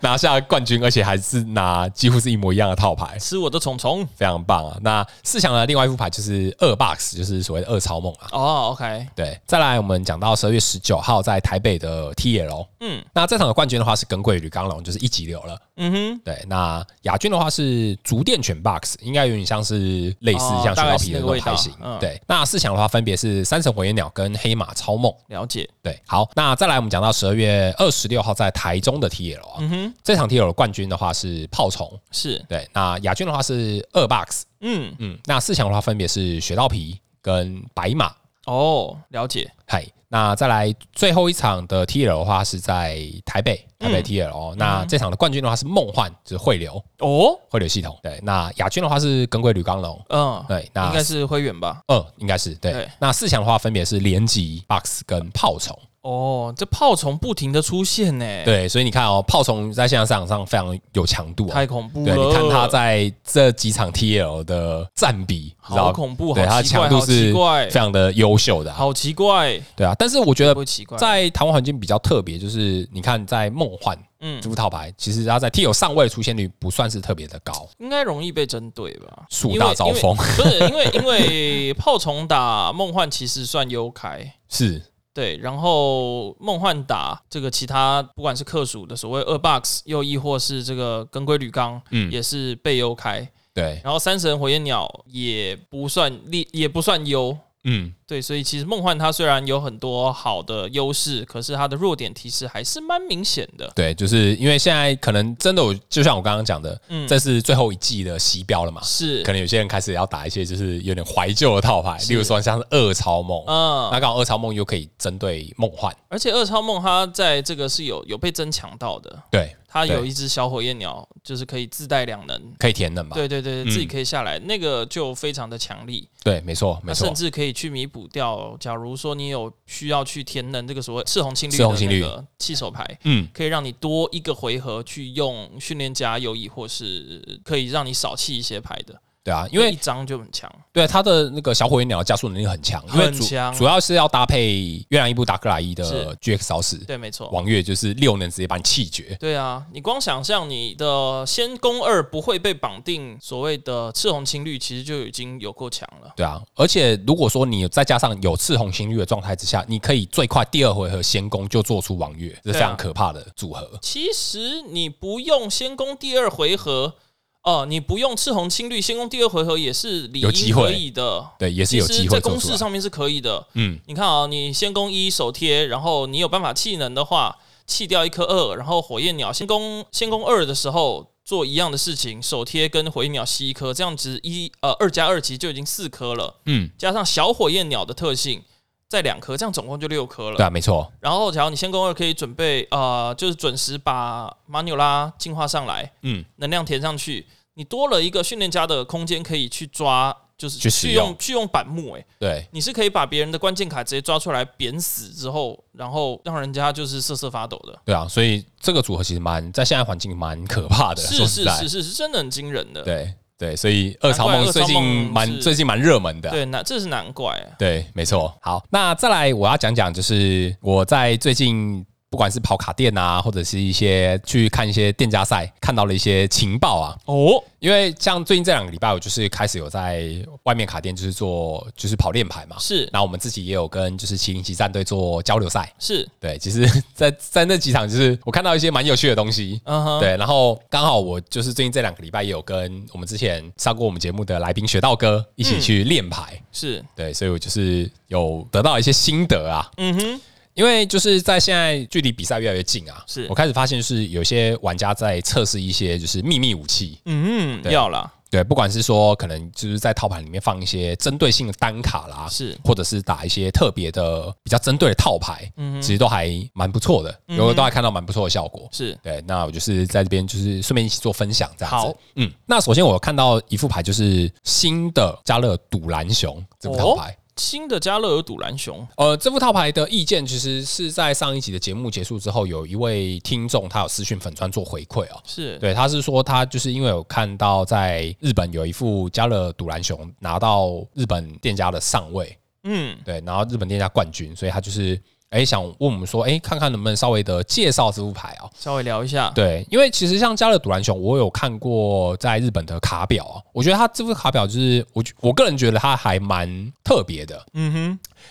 Speaker 2: 拿下冠军，而且还是拿几乎是一模一样的套牌，
Speaker 1: 吃我的虫虫
Speaker 2: 非常棒啊！那四强的另外一副牌就是二 box，就是所谓的二超梦啊。
Speaker 1: 哦，OK，
Speaker 2: 对，再来我们讲到十二月十九号在台北的 TL，
Speaker 1: 嗯
Speaker 2: 那这场的冠军的话是耿鬼吕刚龙，就是一级流了。
Speaker 1: 嗯
Speaker 2: 对，那亚军的话是竹电犬 box，应该有点像是类似
Speaker 1: 哦
Speaker 2: 像雪
Speaker 1: 大概
Speaker 2: 糕
Speaker 1: 是
Speaker 2: 皮
Speaker 1: 那个
Speaker 2: 的那种
Speaker 1: 味道
Speaker 2: 牌型。
Speaker 1: 嗯
Speaker 2: 对，那四强的话分别是三神火焰鸟跟黑马超梦。
Speaker 1: 哼，了解，
Speaker 2: 对，好，那再来我们讲到十二月二十六号在台中的 TL 啊，
Speaker 1: 嗯哼，
Speaker 2: 这场 TL 的冠军的话是炮虫，
Speaker 1: 是，
Speaker 2: 对，那亚军的话是二 box，
Speaker 1: 嗯，
Speaker 2: 嗯，那四强的话分别是雪道皮跟白马。
Speaker 1: 哦，了解，
Speaker 2: 嗨，那再来最后一场的 TL 的话是在台北，台北
Speaker 1: 嗯
Speaker 2: TL 哦、那这场的冠军的话是梦幻，就是汇流。
Speaker 1: 哦，
Speaker 2: 汇流系统。对，那亚军的话是耿鬼吕刚龙，
Speaker 1: 嗯，
Speaker 2: 对，
Speaker 1: 应
Speaker 2: 那
Speaker 1: 该是灰原吧？
Speaker 2: 嗯应该是对。
Speaker 1: 对
Speaker 2: 那四强的话分别是连级 box 跟炮虫，
Speaker 1: 哦，这炮虫不停的出现呢，
Speaker 2: 对，所以你看哦，炮虫在现在市场上非常有强度啊、
Speaker 1: 太恐怖
Speaker 2: 对，
Speaker 1: 了。
Speaker 2: 你看它在这几场 TL 的占比，你知道
Speaker 1: 好恐怖，
Speaker 2: 对，它
Speaker 1: 好
Speaker 2: 的
Speaker 1: 奇怪，
Speaker 2: 强
Speaker 1: 好
Speaker 2: 度
Speaker 1: 奇
Speaker 2: 是
Speaker 1: 怪
Speaker 2: 非，常的优秀的啊、
Speaker 1: 好奇怪，
Speaker 2: 对啊。但是我觉
Speaker 1: 会
Speaker 2: 得
Speaker 1: 不会奇怪？
Speaker 2: 在台湾环境比较特别，就是你看在梦幻
Speaker 1: 嗯
Speaker 2: 这，副套牌，其实它在 TL 上位的出现率不算是特别的高，
Speaker 1: 应该容易被针对吧？
Speaker 2: 树大招风
Speaker 1: 不是因为因 为炮虫打梦幻其实算优开。
Speaker 2: 是
Speaker 1: 对，然后梦幻打这个其他，不管是克数的所谓二 box，又亦或是这个根龟铝钢，
Speaker 2: 嗯
Speaker 1: 也是被优开。
Speaker 2: 对，
Speaker 1: 然后三神火焰鸟也不算力，也不算优。
Speaker 2: 嗯。
Speaker 1: 对，所以其实梦幻它虽然有很多好的优势，可是它的弱点其实还是蛮明显的。
Speaker 2: 对，就是因为现在可能真的有，就像我刚刚讲的，
Speaker 1: 嗯
Speaker 2: 这是最后一季的西标了嘛，
Speaker 1: 是
Speaker 2: 可，能有些人开始要打一些就是有点怀旧的套牌，
Speaker 1: 是
Speaker 2: 例如说像是二超梦，
Speaker 1: 嗯，
Speaker 2: 那刚好二超梦又可以针对梦幻，
Speaker 1: 而且二超梦它在这个是有有被增强到的，
Speaker 2: 对，
Speaker 1: 它有
Speaker 2: 对
Speaker 1: 一只小火焰鸟，就是可以自带两能。
Speaker 2: 可以填能嘛，
Speaker 1: 对对对，
Speaker 2: 嗯
Speaker 1: 自己可以下来，那个就非常的强力，
Speaker 2: 对，没错，没
Speaker 1: 那
Speaker 2: 错
Speaker 1: 甚，至可以去弥补掉。假如说你有需要去填能这个所谓赤红青绿
Speaker 2: 赤红青
Speaker 1: 的那
Speaker 2: 绿
Speaker 1: 个气手牌，
Speaker 2: 嗯，
Speaker 1: 可以让你多一个回合去用训练家优异，或是可以让你少弃一些牌的，
Speaker 2: 对啊，因为
Speaker 1: 一张就很强。
Speaker 2: 对它的那个小火焰鸟的加速能力很强，因为
Speaker 1: 很
Speaker 2: 主
Speaker 1: 强
Speaker 2: 主要是要搭配月亮一部达克莱伊的
Speaker 1: 是
Speaker 2: GX 烧死
Speaker 1: 对，没错。
Speaker 2: 王月，就是六能直接把你气绝，
Speaker 1: 对啊，你光想象你的先攻二不会被绑定所谓的赤红青绿，其实就已经有够强了。
Speaker 2: 对啊，而且如果说你再加上有赤红心率的状态之下，你可以最快第二回合先攻就做出王月，这是非
Speaker 1: 啊
Speaker 2: 常可怕的组合。
Speaker 1: 其实你不用先攻第二回合，哦、你不用赤红青绿先攻第二回合也是理
Speaker 2: 有机
Speaker 1: 应
Speaker 2: 会
Speaker 1: 可以的。
Speaker 2: 对，也是有
Speaker 1: 其
Speaker 2: 机
Speaker 1: 实，
Speaker 2: 会
Speaker 1: 在
Speaker 2: 做
Speaker 1: 公
Speaker 2: 出
Speaker 1: 式
Speaker 2: 来。
Speaker 1: 上面是可以的。
Speaker 2: 嗯，
Speaker 1: 你看啊、你先攻一手贴，然后你有办法气能的话，气掉一颗二，然后火焰鸟先攻先攻二的时候做一样的事情，手贴跟火焰鸟吸一颗，这样子一呃二加二其实就已经四颗了，
Speaker 2: 嗯，
Speaker 1: 加上小火焰鸟的特性。再两颗，这样总共就六颗
Speaker 2: 对
Speaker 1: 了。
Speaker 2: 啊，没错，
Speaker 1: 然后，假如你先攻二，可以准备呃，就是准时把马纽拉进化上来，
Speaker 2: 嗯，
Speaker 1: 能量填上去，你多了一个训练家的空间可以去抓，就是
Speaker 2: 去使
Speaker 1: 用
Speaker 2: 用
Speaker 1: 去用板木、欸，
Speaker 2: 对
Speaker 1: 你是可以把别人的关键卡直接抓出来扁死之后，然后让人家就是瑟瑟发抖的。
Speaker 2: 对啊，所以这个组合其实蛮在现在环境蛮可怕的，
Speaker 1: 是
Speaker 2: 说实
Speaker 1: 是
Speaker 2: 在，
Speaker 1: 是是是，真的很惊人的。
Speaker 2: 对对，所以二朝梦最
Speaker 1: 难怪二
Speaker 2: 近
Speaker 1: 朝梦
Speaker 2: 蛮
Speaker 1: 是
Speaker 2: 最近蛮热门的啊、
Speaker 1: 对，那这是难怪啊、
Speaker 2: 对，没错。好，那再来我要讲讲，就是我在最近不管是跑卡店啊，或者是一些去看一些店家赛，看到了一些情报啊。
Speaker 1: 哦，
Speaker 2: 因为像最近这两个礼拜，我就是开始有在外面卡店，就是做就是跑练牌嘛。
Speaker 1: 是
Speaker 2: 那我们自己也有跟就是麒麟骑战队做交流赛。
Speaker 1: 是，
Speaker 2: 对，其实在，在那几场，就是我看到一些蛮有趣的东西。
Speaker 1: 嗯哼，
Speaker 2: 对，然后刚好我就是最近这两个礼拜也有跟我们之前上过我们节目的来宾雪道哥一起去练牌，
Speaker 1: 是，
Speaker 2: 对，所以我就是有得到一些心得啊，
Speaker 1: 嗯哼，
Speaker 2: 因为就是在现在距离比赛越来越近啊，
Speaker 1: 是
Speaker 2: 我开始发现是有些玩家在测试一些就是秘密武器，
Speaker 1: 嗯哼，
Speaker 2: 对
Speaker 1: 要啦，
Speaker 2: 对，不管是说可能就是在套盘里面放一些针对性的单卡啦，
Speaker 1: 是
Speaker 2: 或者是打一些特别的比较针对的套牌，
Speaker 1: 嗯
Speaker 2: 其实都还蛮不错的，有的都还看到蛮不错的效果。
Speaker 1: 是，
Speaker 2: 对，那我就是在这边就是顺便一起做分享这样子。
Speaker 1: 好
Speaker 2: 嗯，那首先我看到一副牌就是新的加勒赌蓝熊这副套
Speaker 1: 哦
Speaker 2: 牌。
Speaker 1: 新的加勒尔赌蓝熊，
Speaker 2: 呃，这副套牌的意见其实是在上一集的节目结束之后，有一位听众他有私讯粉砖做回馈哦。
Speaker 1: 是，
Speaker 2: 对，他是说他就是因为有看到在日本有一副加勒赌蓝熊拿到日本店家的上位，
Speaker 1: 嗯，
Speaker 2: 对，然后日本店家冠军，所以他就是哎想问我们说，哎看看能不能稍微的介绍这副牌哦。
Speaker 1: 稍微聊一下，
Speaker 2: 对，因为其实像加勒赌蓝熊，我有看过在日本的卡表啊，我觉得它这副卡表就是我觉我个人觉得它还蛮特别的，
Speaker 1: 嗯哼，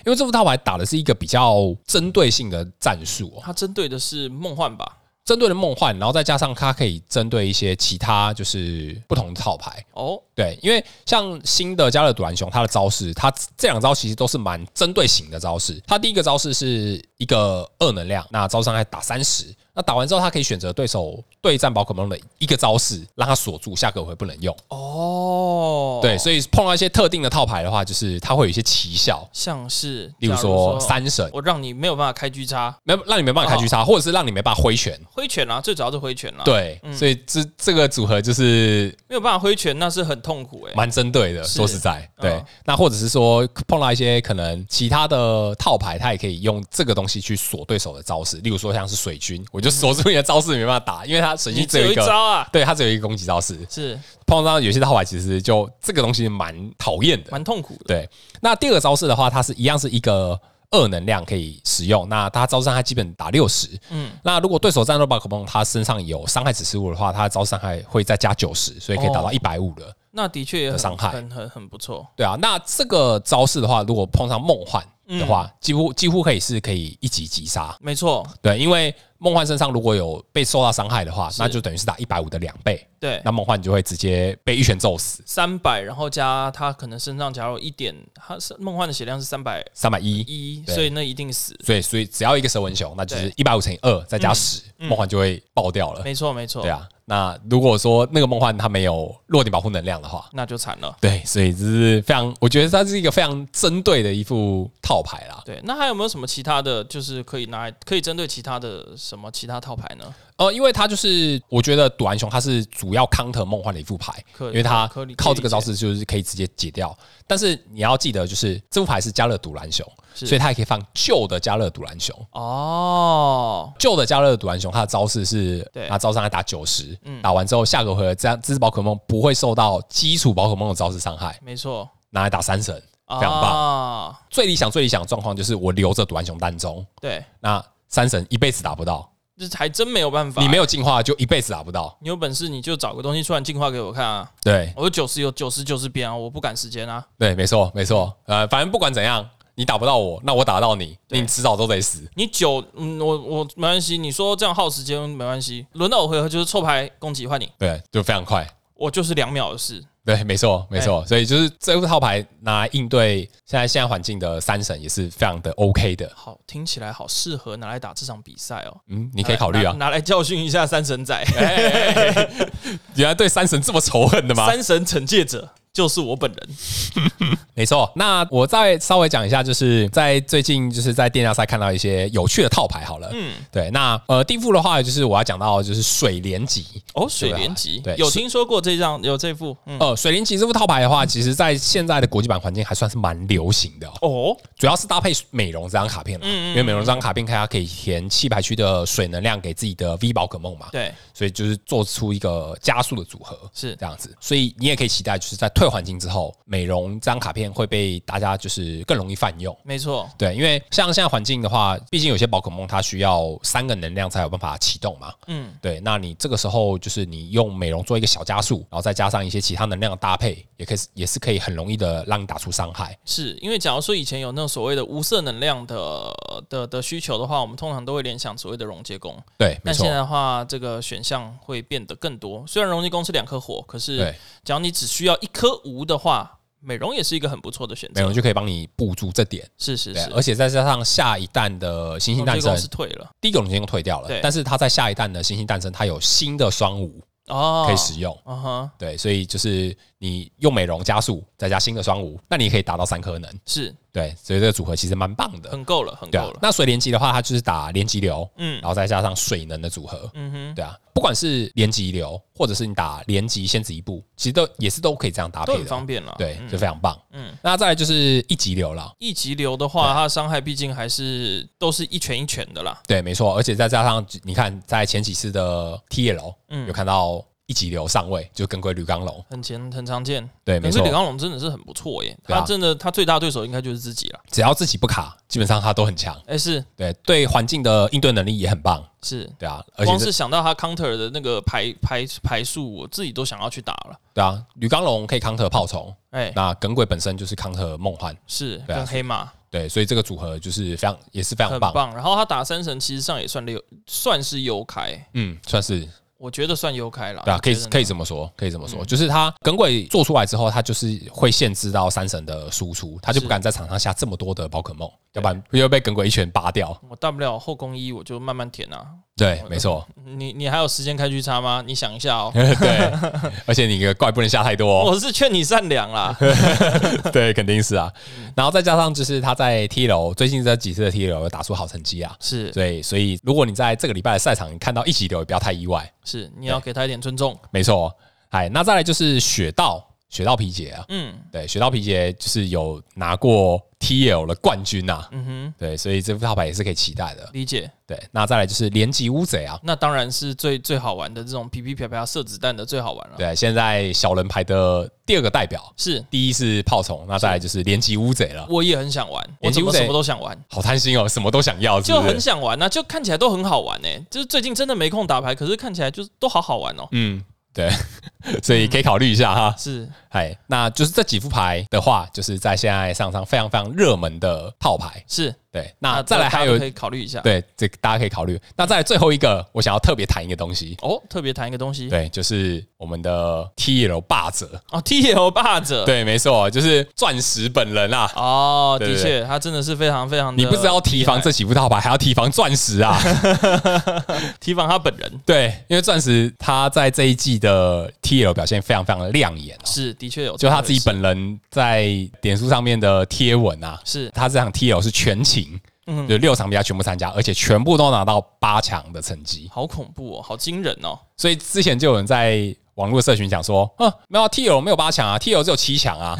Speaker 2: 因为这副套牌打的是一个比较针对性的战术、哦，
Speaker 1: 它针对的是梦幻吧？
Speaker 2: 针对了梦幻，然后再加上它可以针对一些其他就是不同的套牌。
Speaker 1: 哦，
Speaker 2: 对，因为像新的加勒赌蓝熊，它的招式，它这两招其实都是蛮针对型的招式。它第一个招式是一个二能量，那招伤害打三十，那打完之后，它可以选择对手对战宝可梦的一个招式，让它锁住，下个回不能用。
Speaker 1: 哦，
Speaker 2: 对，所以碰到一些特定的套牌的话，就是它会有一些奇效，
Speaker 1: 像是，
Speaker 2: 例如
Speaker 1: 假
Speaker 2: 说嗯三神，
Speaker 1: 我让你没有办法开狙叉，
Speaker 2: 没有让你没办法开狙杀，或者是让你没办法挥拳。
Speaker 1: 挥拳啊，最主要是挥拳啊，，
Speaker 2: 对，所以这这个组合就是
Speaker 1: 没有办法挥拳，那是很痛苦哎、
Speaker 2: 蛮针对的，
Speaker 1: 是
Speaker 2: 说实在，
Speaker 1: 嗯
Speaker 2: 对。那或者是说碰到一些可能其他的套牌，他也可以用这个东西去锁对手的招式，例如说像是水军，我就锁住你的招式没办法打，因为他水
Speaker 1: 你
Speaker 2: 军
Speaker 1: 只
Speaker 2: 只有
Speaker 1: 有
Speaker 2: 一
Speaker 1: 一
Speaker 2: 个。
Speaker 1: 招啊，
Speaker 2: 对，他只有一个攻击招式。
Speaker 1: 是
Speaker 2: 碰到有些套牌，其实就这个东西蛮讨厌的。
Speaker 1: 蛮痛苦的，
Speaker 2: 对，那第二个招式的话，它是一样是一个二能量可以使用。那它招伤害基本打六十，
Speaker 1: 嗯
Speaker 2: 嗯，那如果对手战斗宝可梦它身上有伤害指示物的话，它的招伤害会再加九十，所以可以达到一百五了。
Speaker 1: 那的确也很
Speaker 2: 的伤害
Speaker 1: 很很很不错，
Speaker 2: 对啊，那这个招式的话，如果碰上梦幻的话，几乎几乎可以是可以一击击杀。
Speaker 1: 没错，
Speaker 2: 对，因为梦幻身上如果有被受到伤害的话，
Speaker 1: 是
Speaker 2: 那就等于是打一百五的两倍，
Speaker 1: 对，
Speaker 2: 那梦幻就会直接被一拳揍死，
Speaker 1: 三百，然后加他可能身上假如一点，他是梦幻的血量是三百
Speaker 2: 三百一。
Speaker 1: 一，
Speaker 2: 对
Speaker 1: 所以那一定死，
Speaker 2: 所以，所以只要一个蛇纹熊，那就是一百五乘以二，再加十、梦幻就会爆掉了。
Speaker 1: 嗯没错没错
Speaker 2: 对，啊，那如果说那个梦幻它没有弱点保护能量的话，
Speaker 1: 那就惨了。
Speaker 2: 对，所以这是非常，我觉得它是一个非常针对的一副套牌啦。
Speaker 1: 对，那还有没有什么其他的就是可以拿来可以针对其他的什么其他套牌呢？
Speaker 2: 呃，因为它就是我觉得赌蓝熊它是主要康特梦幻的一副牌，
Speaker 1: 可
Speaker 2: 因为它
Speaker 1: 可理
Speaker 2: 靠这个招式就是可以直接解掉。但是你要记得，就是这副牌是加勒赌蓝熊，
Speaker 1: 是
Speaker 2: 所以它也可以放旧的加勒赌蓝熊。
Speaker 1: 哦，
Speaker 2: 旧的加勒赌蓝熊，它的招式是
Speaker 1: 对，嗯
Speaker 2: 它招伤害打九十、打完之后下个回合这样这只宝可梦不会受到基础宝可梦的招式伤害，
Speaker 1: 没错，
Speaker 2: 拿来打三神，
Speaker 1: 啊，
Speaker 2: 非常棒。最理想最理想的状况就是我留着赌蓝熊单中，
Speaker 1: 对，
Speaker 2: 那三神一辈子打不到，
Speaker 1: 这还真没有办法。
Speaker 2: 你没
Speaker 1: 有，
Speaker 2: 有进化就一辈子打不到。
Speaker 1: 你有本事你就找个东西出来进化给我看啊！
Speaker 2: 对，
Speaker 1: 我有九十有九十九十边啊，我不赶时间啊。
Speaker 2: 对，没错，没错。呃，反正不管怎样，你打不到我，那我打到你，
Speaker 1: 对
Speaker 2: 你迟早都得死。
Speaker 1: 你九，嗯，我我没关系，你说这样耗时间没关系，轮到我回合就是臭牌攻击换你，
Speaker 2: 对，就非常快。
Speaker 1: 我就是两秒的事。
Speaker 2: 对，没错，没错。所以就是这副套牌拿来应对现在现在环境的三神也是非常的 OK 的。
Speaker 1: 好，听起来好适合拿来打这场比赛哦。
Speaker 2: 嗯，你可以考虑啊
Speaker 1: 拿。拿来教训一下三神 仔，
Speaker 2: 原来对三神这么仇恨的吗？
Speaker 1: 三神惩戒者就是我本人。
Speaker 2: 没错。那我再稍微讲一下，就是在最近就是在电价赛看到一些有趣的套牌好了。嗯，对。那呃，第一副的话就是我要讲到就是水莲级。
Speaker 1: 哦，水莲集
Speaker 2: 对
Speaker 1: 有听说过这张有这副，嗯，
Speaker 2: 呃，水灵旗这副套牌的话，其实在现在的国际版环境还算是蛮流行的哦、
Speaker 1: 哦，
Speaker 2: 主要是搭配美容这张嗯卡片啦，因为美容这张卡片它可以填弃牌区的水能量给自己的 V 宝可梦嘛，
Speaker 1: 对，
Speaker 2: 所以就是做出一个加速的组合，
Speaker 1: 是
Speaker 2: 这样子。所以你也可以期待，就是在退还金之后，美容这张卡片会被大家就是更容易泛用。
Speaker 1: 没错，
Speaker 2: 对，因为像现在环境的话，毕竟有些宝可梦它需要三个能量才有办法启动嘛。
Speaker 1: 嗯，
Speaker 2: 对，那你这个时候就是你用美容做一个小加速，然后再加上一些其他能量的搭配，也可以也是可以很容易的让你打出伤害。
Speaker 1: 是因为假如说以前有那种所谓的无色能量的的的需求的话，我们通常都会联想所谓的溶解弓，
Speaker 2: 对，没
Speaker 1: 但
Speaker 2: 错
Speaker 1: 现，在的话，这个选项会变得更多。虽然溶解弓是两颗火，可是
Speaker 2: 对，
Speaker 1: 假如你只需要一颗无的话，美容也是一个很不错的选
Speaker 2: 美容
Speaker 1: 择。
Speaker 2: 就可以帮你补足这点。
Speaker 1: 是是
Speaker 2: 对啊
Speaker 1: 是，，
Speaker 2: 而且再加上下一弹的星星
Speaker 1: 溶
Speaker 2: 诞
Speaker 1: 解
Speaker 2: 生
Speaker 1: 弓，是退了
Speaker 2: 第一个龙星退掉了
Speaker 1: 对，
Speaker 2: 但是它在下一弹的星星诞生，它有新的双五
Speaker 1: 哦，
Speaker 2: 可以使用。
Speaker 1: 嗯哼，
Speaker 2: 对，所以就是你用美容加速，再加新的双五，那你也可以达到三颗能。
Speaker 1: 是
Speaker 2: 对，所以这个组合其实蛮棒的。
Speaker 1: 很够了，很
Speaker 2: 对
Speaker 1: 够
Speaker 2: 啊
Speaker 1: 了，。
Speaker 2: 那水连击的话，它就是打连击流，
Speaker 1: 嗯
Speaker 2: 然后再加上水能的组合。
Speaker 1: 嗯哼，
Speaker 2: 对啊，不管是连击流，或者是你打连击先子一步，其实都也是都可以这样搭
Speaker 1: 都
Speaker 2: 配
Speaker 1: 很方
Speaker 2: 的。啊
Speaker 1: 便了。
Speaker 2: 对，
Speaker 1: 嗯
Speaker 2: 就非常棒。
Speaker 1: 嗯
Speaker 2: 嗯，那再来就是一级流了。
Speaker 1: 一级流的话，它的伤害毕竟还是都是一拳一拳的啦。
Speaker 2: 对，没错，而且再加上你看，在前几次的 T L，
Speaker 1: 嗯
Speaker 2: 有看到一级流上位，就跟归吕刚龙。
Speaker 1: 很前很常见，
Speaker 2: 对，
Speaker 1: 可
Speaker 2: 没
Speaker 1: 是
Speaker 2: 错
Speaker 1: 李，刚龙真的是很不错耶，
Speaker 2: 对啊
Speaker 1: 他真的他最大对手应该就是自己了。
Speaker 2: 只要自己不卡，基本上他都很强。
Speaker 1: 哎，是
Speaker 2: 对，对环境的应对能力也很棒。
Speaker 1: 是，
Speaker 2: 对啊，而且
Speaker 1: 光
Speaker 2: 这
Speaker 1: 是想到他 counter 的那个排排排数，我自己都想要去打了。
Speaker 2: 对啊，吕刚龙可以 counter 炮虫，
Speaker 1: 哎，
Speaker 2: 那耿鬼本身就是 counter 梦幻。
Speaker 1: 是
Speaker 2: 对啊
Speaker 1: 跟黑马
Speaker 2: 对，所以这个组合就是非常也是非常
Speaker 1: 很
Speaker 2: 棒。
Speaker 1: 棒，然后他打三神其实上也算六，算是优开，
Speaker 2: 嗯，算是
Speaker 1: 我觉得算优开了。
Speaker 2: 对啊，可以可
Speaker 1: 以，
Speaker 2: 以这么说，可以这么
Speaker 1: 嗯
Speaker 2: 说，就是他耿鬼做出来之后，他就是会限制到三神的输出，他就不敢在场上下这么多的宝可梦，要不然又被耿鬼一拳扒掉。
Speaker 1: 我大不了后宫一我就慢慢填啊。
Speaker 2: 对，没错，
Speaker 1: 你你还有时间开巨差吗？你想一下 哦。
Speaker 2: 对，而且你个怪不能下太多、哦，
Speaker 1: 我是劝你善良 啦，
Speaker 2: 对，肯定是啊。
Speaker 1: 嗯
Speaker 2: 然后再加上就是他在 T 楼最近这几次的 T 楼有打出好成绩啊，
Speaker 1: 是
Speaker 2: 对，所以如果你在这个礼拜的赛场你看到一级流，也不要太意外，
Speaker 1: 是，你要给他一点尊重。
Speaker 2: 没错。哎，那再来就是雪道，雪道皮杰啊，
Speaker 1: 嗯
Speaker 2: 对，雪道皮杰就是有拿过 TL 的冠军呐、啊，
Speaker 1: 嗯哼，
Speaker 2: 对，所以这副套牌也是可以期待的。
Speaker 1: 理解。
Speaker 2: 对，那再来就是连级乌贼啊，
Speaker 1: 那当然是最最好玩的这种皮皮啪啪射子弹的最好玩了。
Speaker 2: 对，现在小人牌的第二个代表，
Speaker 1: 是，
Speaker 2: 第一是炮虫，那再来就是连级乌贼了，
Speaker 1: 我也很想玩，我
Speaker 2: 眼
Speaker 1: 怎
Speaker 2: 睛
Speaker 1: 么
Speaker 2: 不是
Speaker 1: 什么都想玩，
Speaker 2: 好贪心哦，什么都想要，是
Speaker 1: 就
Speaker 2: 不是
Speaker 1: 很？想玩啊，就看起来都很好玩哎、就是最近真的没空打牌，可是看起来就是都好好玩哦。
Speaker 2: 嗯，对， 所以可以考虑一下哈。
Speaker 1: 是，
Speaker 2: 哎，那就是这几副牌的话，就是在现在上上非常非常热门的套牌。
Speaker 1: 是，
Speaker 2: 对，
Speaker 1: 那
Speaker 2: 那再来
Speaker 1: 啊大家
Speaker 2: 还
Speaker 1: 都
Speaker 2: 有
Speaker 1: 可以考虑一下。
Speaker 2: 对这个大家可以考虑。那再来最后一个，我想要特别谈一个东西，
Speaker 1: 哦，特别谈一个东西，
Speaker 2: 对，就是我们的 TL 霸者。
Speaker 1: 哦，T L 霸者，，
Speaker 2: 对，没错，就是钻石本人啊。
Speaker 1: 哦，的
Speaker 2: 对对
Speaker 1: 确，他真的是非常非常的，
Speaker 2: 你不知道提
Speaker 1: 呃
Speaker 2: 防这几副套牌，还要提防钻石 啊？
Speaker 1: 提防他本人
Speaker 2: 对，因为钻石他在这一季的 TL 表现非常非常的亮眼、哦，
Speaker 1: 是的确有这
Speaker 2: 就
Speaker 1: 回事，
Speaker 2: 他自己本人在点数上面的贴文啊，
Speaker 1: 是
Speaker 2: 他这场 TL 是全勤，
Speaker 1: 嗯
Speaker 2: 就六场比赛全部参加，而且全部都拿到八强的成绩。
Speaker 1: 好恐怖哦，好惊人哦，
Speaker 2: 所以之前就有人在网络社群讲说，啊，没有 TL 没有八强啊，TL 只有七 强啊，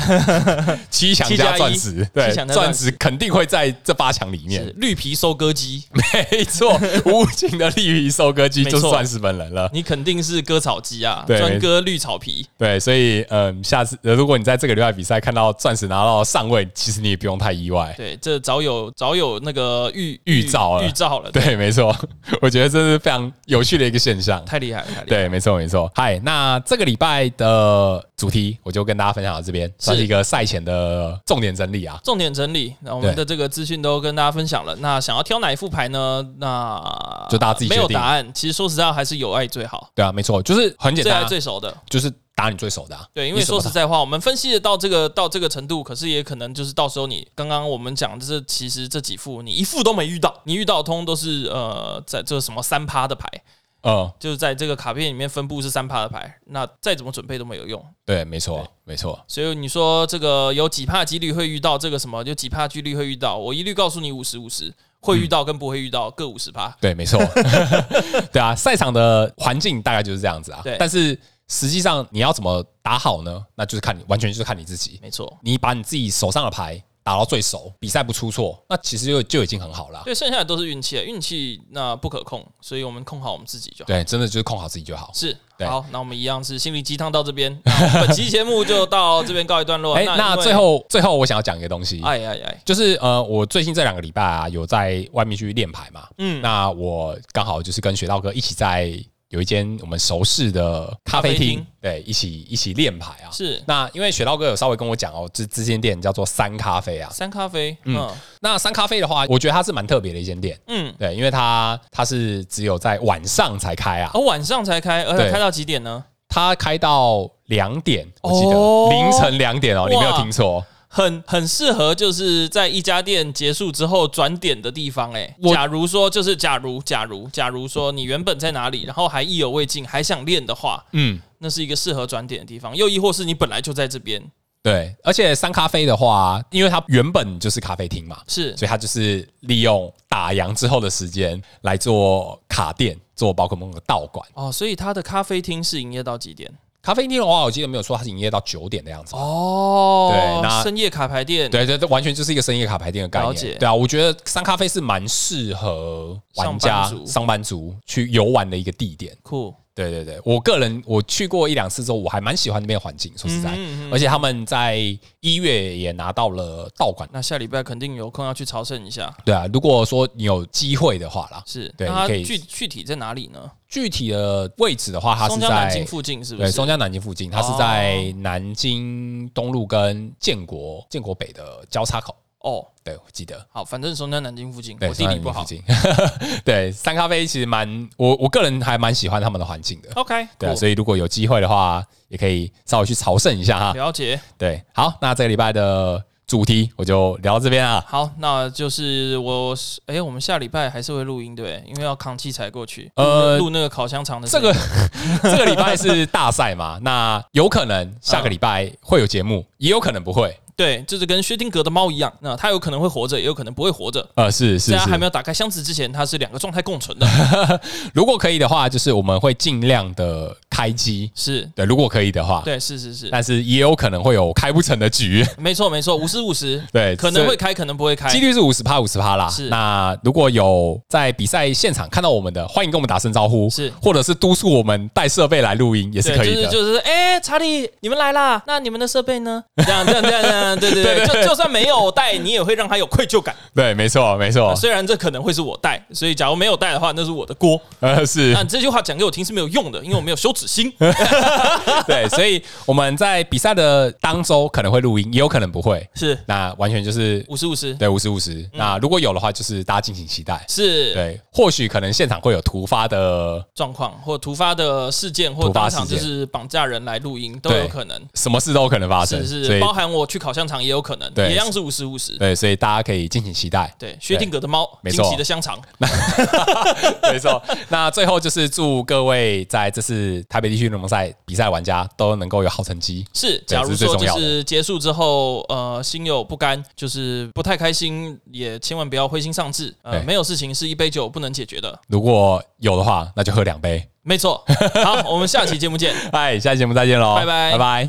Speaker 2: 七强
Speaker 1: 七加
Speaker 2: 加
Speaker 1: 一
Speaker 2: 钻石，
Speaker 1: 七
Speaker 2: 对
Speaker 1: 强，加钻
Speaker 2: 钻石肯定会在这八强里
Speaker 1: 是
Speaker 2: 面。
Speaker 1: 绿皮收割机，
Speaker 2: 没错，无情的利于收割 机
Speaker 1: 没
Speaker 2: 就是
Speaker 1: 错
Speaker 2: 钻石本人了。
Speaker 1: 你肯定是割草机啊，
Speaker 2: 对
Speaker 1: 专割绿草皮，
Speaker 2: 对，所以嗯，下次呃如果你在这个留外比赛看到钻石拿到上位，其实你也不用太意外。
Speaker 1: 对，这早有早有那个预
Speaker 2: 预兆了
Speaker 1: 预兆了，
Speaker 2: 对，没错，我觉得这是非常有趣的一个现象。
Speaker 1: 太厉害了，太厉害了。
Speaker 2: 对，没错，没错。嗨，那这个礼拜的主题我就跟大家分享到这边，算是一个赛前的重点整理啊。
Speaker 1: 重点整理，那我们的这个资讯都跟大家分享了。那想要挑哪一副牌呢？那
Speaker 2: 就大家自己决
Speaker 1: 没
Speaker 2: 定
Speaker 1: 有答案。其实说实在，还是有爱最好，
Speaker 2: 对啊，没错，就是很简
Speaker 1: 最
Speaker 2: 单
Speaker 1: 爱
Speaker 2: 啊，
Speaker 1: 最熟的。
Speaker 2: 就是打你最熟的、啊。
Speaker 1: 对，因
Speaker 2: 你
Speaker 1: 为
Speaker 2: 什么
Speaker 1: 说实在话，我们分析的到这个到这个程度，可是也可能就是到时候你刚刚我们讲的这其实这几副你一副都没遇到，你遇到的通都是呃在这什么三趴的牌，
Speaker 2: 嗯，
Speaker 1: 就是在这个卡片里面分布是三趴的牌，那再怎么准备都没有用。
Speaker 2: 对，没错，没错，
Speaker 1: 所以你说这个有几帕几率会遇到这个什么？有几帕几率会遇到？我一律告诉你五十五十，会遇到跟不会遇到各五十帕。
Speaker 2: 对，没 错，对啊，赛场的环境大概就是这样子啊
Speaker 1: 对。
Speaker 2: 但是实际上你要怎么打好呢？那就是看你，完全就是看你自己。
Speaker 1: 没错，
Speaker 2: 你把你自己手上的牌打到最熟，比赛不出错，那其实就就已经很好了。啊
Speaker 1: 对，剩下的都是运气了，运气那不可控，所以我们控好我们自己就好。
Speaker 2: 对，真的就是控好自己就好。
Speaker 1: 是，
Speaker 2: 对
Speaker 1: 好，那我们一样是心灵鸡汤到这边，那我们本期节目就到这边告一段落。
Speaker 2: 哎，
Speaker 1: 哦因
Speaker 2: 那
Speaker 1: 为
Speaker 2: 最，后最后我想要讲一个东西，
Speaker 1: 哎哎哎，
Speaker 2: 就是呃，我最近这两个礼拜啊，有在外面去练牌嘛。
Speaker 1: 嗯，
Speaker 2: 那我刚好就是跟雪道哥一起在有一间我们熟识的咖
Speaker 1: 咖啡
Speaker 2: 啡厅
Speaker 1: 厅，
Speaker 2: 对，一起一起练牌啊。
Speaker 1: 是
Speaker 2: 那因为雪道哥有稍微跟我讲哦，这这间店叫做三咖啡啊。
Speaker 1: 三咖啡，
Speaker 2: 嗯
Speaker 1: 嗯
Speaker 2: 那三咖啡的话，我觉得它是蛮特别的一间店，
Speaker 1: 嗯，
Speaker 2: 对，因为它它是只有在晚上才开啊，
Speaker 1: 哦，晚上才开，而且
Speaker 2: 对
Speaker 1: 开到几点呢？
Speaker 2: 它开到两点，我记
Speaker 1: 哦
Speaker 2: 得凌晨两点哦，你没有
Speaker 1: 哇
Speaker 2: 听错。
Speaker 1: 很很适合，就是在一家店结束之后转点的地方、欸。
Speaker 2: 我
Speaker 1: 假如说就是假如假如假如说你原本在哪里，然后还意犹未尽，还想练的话，
Speaker 2: 嗯，
Speaker 1: 那是一个适合转点的地方。又亦或是你本来就在这边，
Speaker 2: 对，而且三咖啡的话，因为它原本就是咖啡厅嘛，
Speaker 1: 是
Speaker 2: 所以它就是利用打烊之后的时间来做卡店，做宝可梦的道馆。
Speaker 1: 哦，所以它的咖啡厅是营业到几点？
Speaker 2: 咖啡厅的话，我记得没有说它是营业到九点的样子。哦
Speaker 1: 哦，
Speaker 2: 对那
Speaker 1: 深夜卡牌店，
Speaker 2: 对对，这完全就是一个深夜卡牌店的概
Speaker 1: 了解
Speaker 2: 念。对啊，我觉得三咖啡是蛮适合玩
Speaker 1: 上
Speaker 2: 家
Speaker 1: 班族
Speaker 2: 上班族去游玩的一个地点。
Speaker 1: 酷，
Speaker 2: 对对对，我个人我去过一两次之后，我还蛮喜欢那边的环境。说实在，
Speaker 1: 嗯嗯嗯
Speaker 2: 而且他们在一月也拿到了道馆。
Speaker 1: 那下礼拜肯定有空要去朝圣一下。
Speaker 2: 对啊，如果说你有机会的话啦，
Speaker 1: 是，
Speaker 2: 对
Speaker 1: 那它
Speaker 2: 你可以
Speaker 1: 具具体在哪里呢？
Speaker 2: 具体的位置的话，它
Speaker 1: 松
Speaker 2: 是
Speaker 1: 江南京
Speaker 2: 在
Speaker 1: 附近是哦不
Speaker 2: 对
Speaker 1: 是？
Speaker 2: 松江南京附近，它是在南京东路跟建国建国北的交叉口。
Speaker 1: 哦，
Speaker 2: 对，我记得。
Speaker 1: 好，反正松江南京附近，
Speaker 2: 对，
Speaker 1: 我地理不好。
Speaker 2: 松江南京附近。 对，三咖啡其实蛮我我个人还蛮喜欢他们的环境的。
Speaker 1: OK，
Speaker 2: 对啊，
Speaker 1: 酷
Speaker 2: 所以如果有机会的话，也可以稍微去朝圣一下哈。
Speaker 1: 了解。
Speaker 2: 对，好，那这个礼拜的主题我就聊到这 边啊。
Speaker 1: 好，那就是我是，哎、我们下礼拜还是会录音对不对，因为要扛器材过去，
Speaker 2: 呃
Speaker 1: 录那个烤香肠的
Speaker 2: 这
Speaker 1: 声音。
Speaker 2: 个这个礼拜是大赛嘛，那有可能下个礼拜会有节目，也有可能不会。
Speaker 1: 对，就是跟薛定谔的猫一样，那它有可能会活着，也有可能不会活着。
Speaker 2: 呃，是是
Speaker 1: 在它啊还
Speaker 2: 是
Speaker 1: 没，有打开箱子之前，它是两个状态共 存的。
Speaker 2: 如果可以的话，就是我们会尽量的开机，
Speaker 1: 是，
Speaker 2: 对，如果可以的话，
Speaker 1: 对，是是是，
Speaker 2: 但是也有可能会有开不成的局，
Speaker 1: 没错没错，五十五十，
Speaker 2: 对，
Speaker 1: 可能
Speaker 2: 所
Speaker 1: 会
Speaker 2: 以
Speaker 1: 开，可能不会开。
Speaker 2: 几率是五十趴五十趴啦
Speaker 1: 是。
Speaker 2: 那如果有在比赛现场看到我们的，欢迎跟我们打声招呼，
Speaker 1: 是
Speaker 2: 或者是督促我们带设备来录音也是
Speaker 1: 对，
Speaker 2: 可
Speaker 1: 就
Speaker 2: 以
Speaker 1: 是
Speaker 2: 的。
Speaker 1: 就是，哎、查理，你们来啦，那你们的设备呢？这样这样这样这样，对对对，就就算没有带，你也会让他有愧疚感。
Speaker 2: 对，没错没错，
Speaker 1: 虽然这可能会是我带，所以假如没有带的话，那是我的锅。
Speaker 2: 呃 是
Speaker 1: 那，你这句话讲给我听是没有用的，因为我没有羞耻心。
Speaker 2: 嗯对，所以我们在比赛的当周可能会录音，也有可能不会，
Speaker 1: 是
Speaker 2: 那完全就是
Speaker 1: 五十五十，嗯
Speaker 2: 对五十五十。那如果有的话，就是大家敬请期待。
Speaker 1: 是
Speaker 2: 对，或许可能现场会有突发的
Speaker 1: 状况或突发的事件，或
Speaker 2: 突发
Speaker 1: 当
Speaker 2: 事
Speaker 1: 场
Speaker 2: 件
Speaker 1: 就是绑架人来录音都有可能。
Speaker 2: 什么事都有可能发生，
Speaker 1: 是
Speaker 2: 所
Speaker 1: 是，
Speaker 2: 以
Speaker 1: 包含我去烤香肠也有可能，
Speaker 2: 对
Speaker 1: 一样是五十五十。
Speaker 2: 对，所以大家可以敬请期 待。
Speaker 1: 对，薛定谔的猫，
Speaker 2: 没
Speaker 1: 惊
Speaker 2: 错
Speaker 1: 奇的香肠，
Speaker 2: 没错，那最后就是祝各位在这次台北地区联盟赛比赛的玩家都能够有好成绩。
Speaker 1: 是。假如
Speaker 2: 这是最
Speaker 1: 说
Speaker 2: 重
Speaker 1: 就
Speaker 2: 要的
Speaker 1: 是结束之后，呃，心有不甘，就是不太开心，也千万不要灰心丧志。呃，
Speaker 2: 对
Speaker 1: 没有事情是一杯酒不能解决的。
Speaker 2: 如果有的话，那就喝两杯。
Speaker 1: 没错。好，我们下期节目见。
Speaker 2: 哎，下期节目再见喽，
Speaker 1: 拜拜
Speaker 2: 拜拜。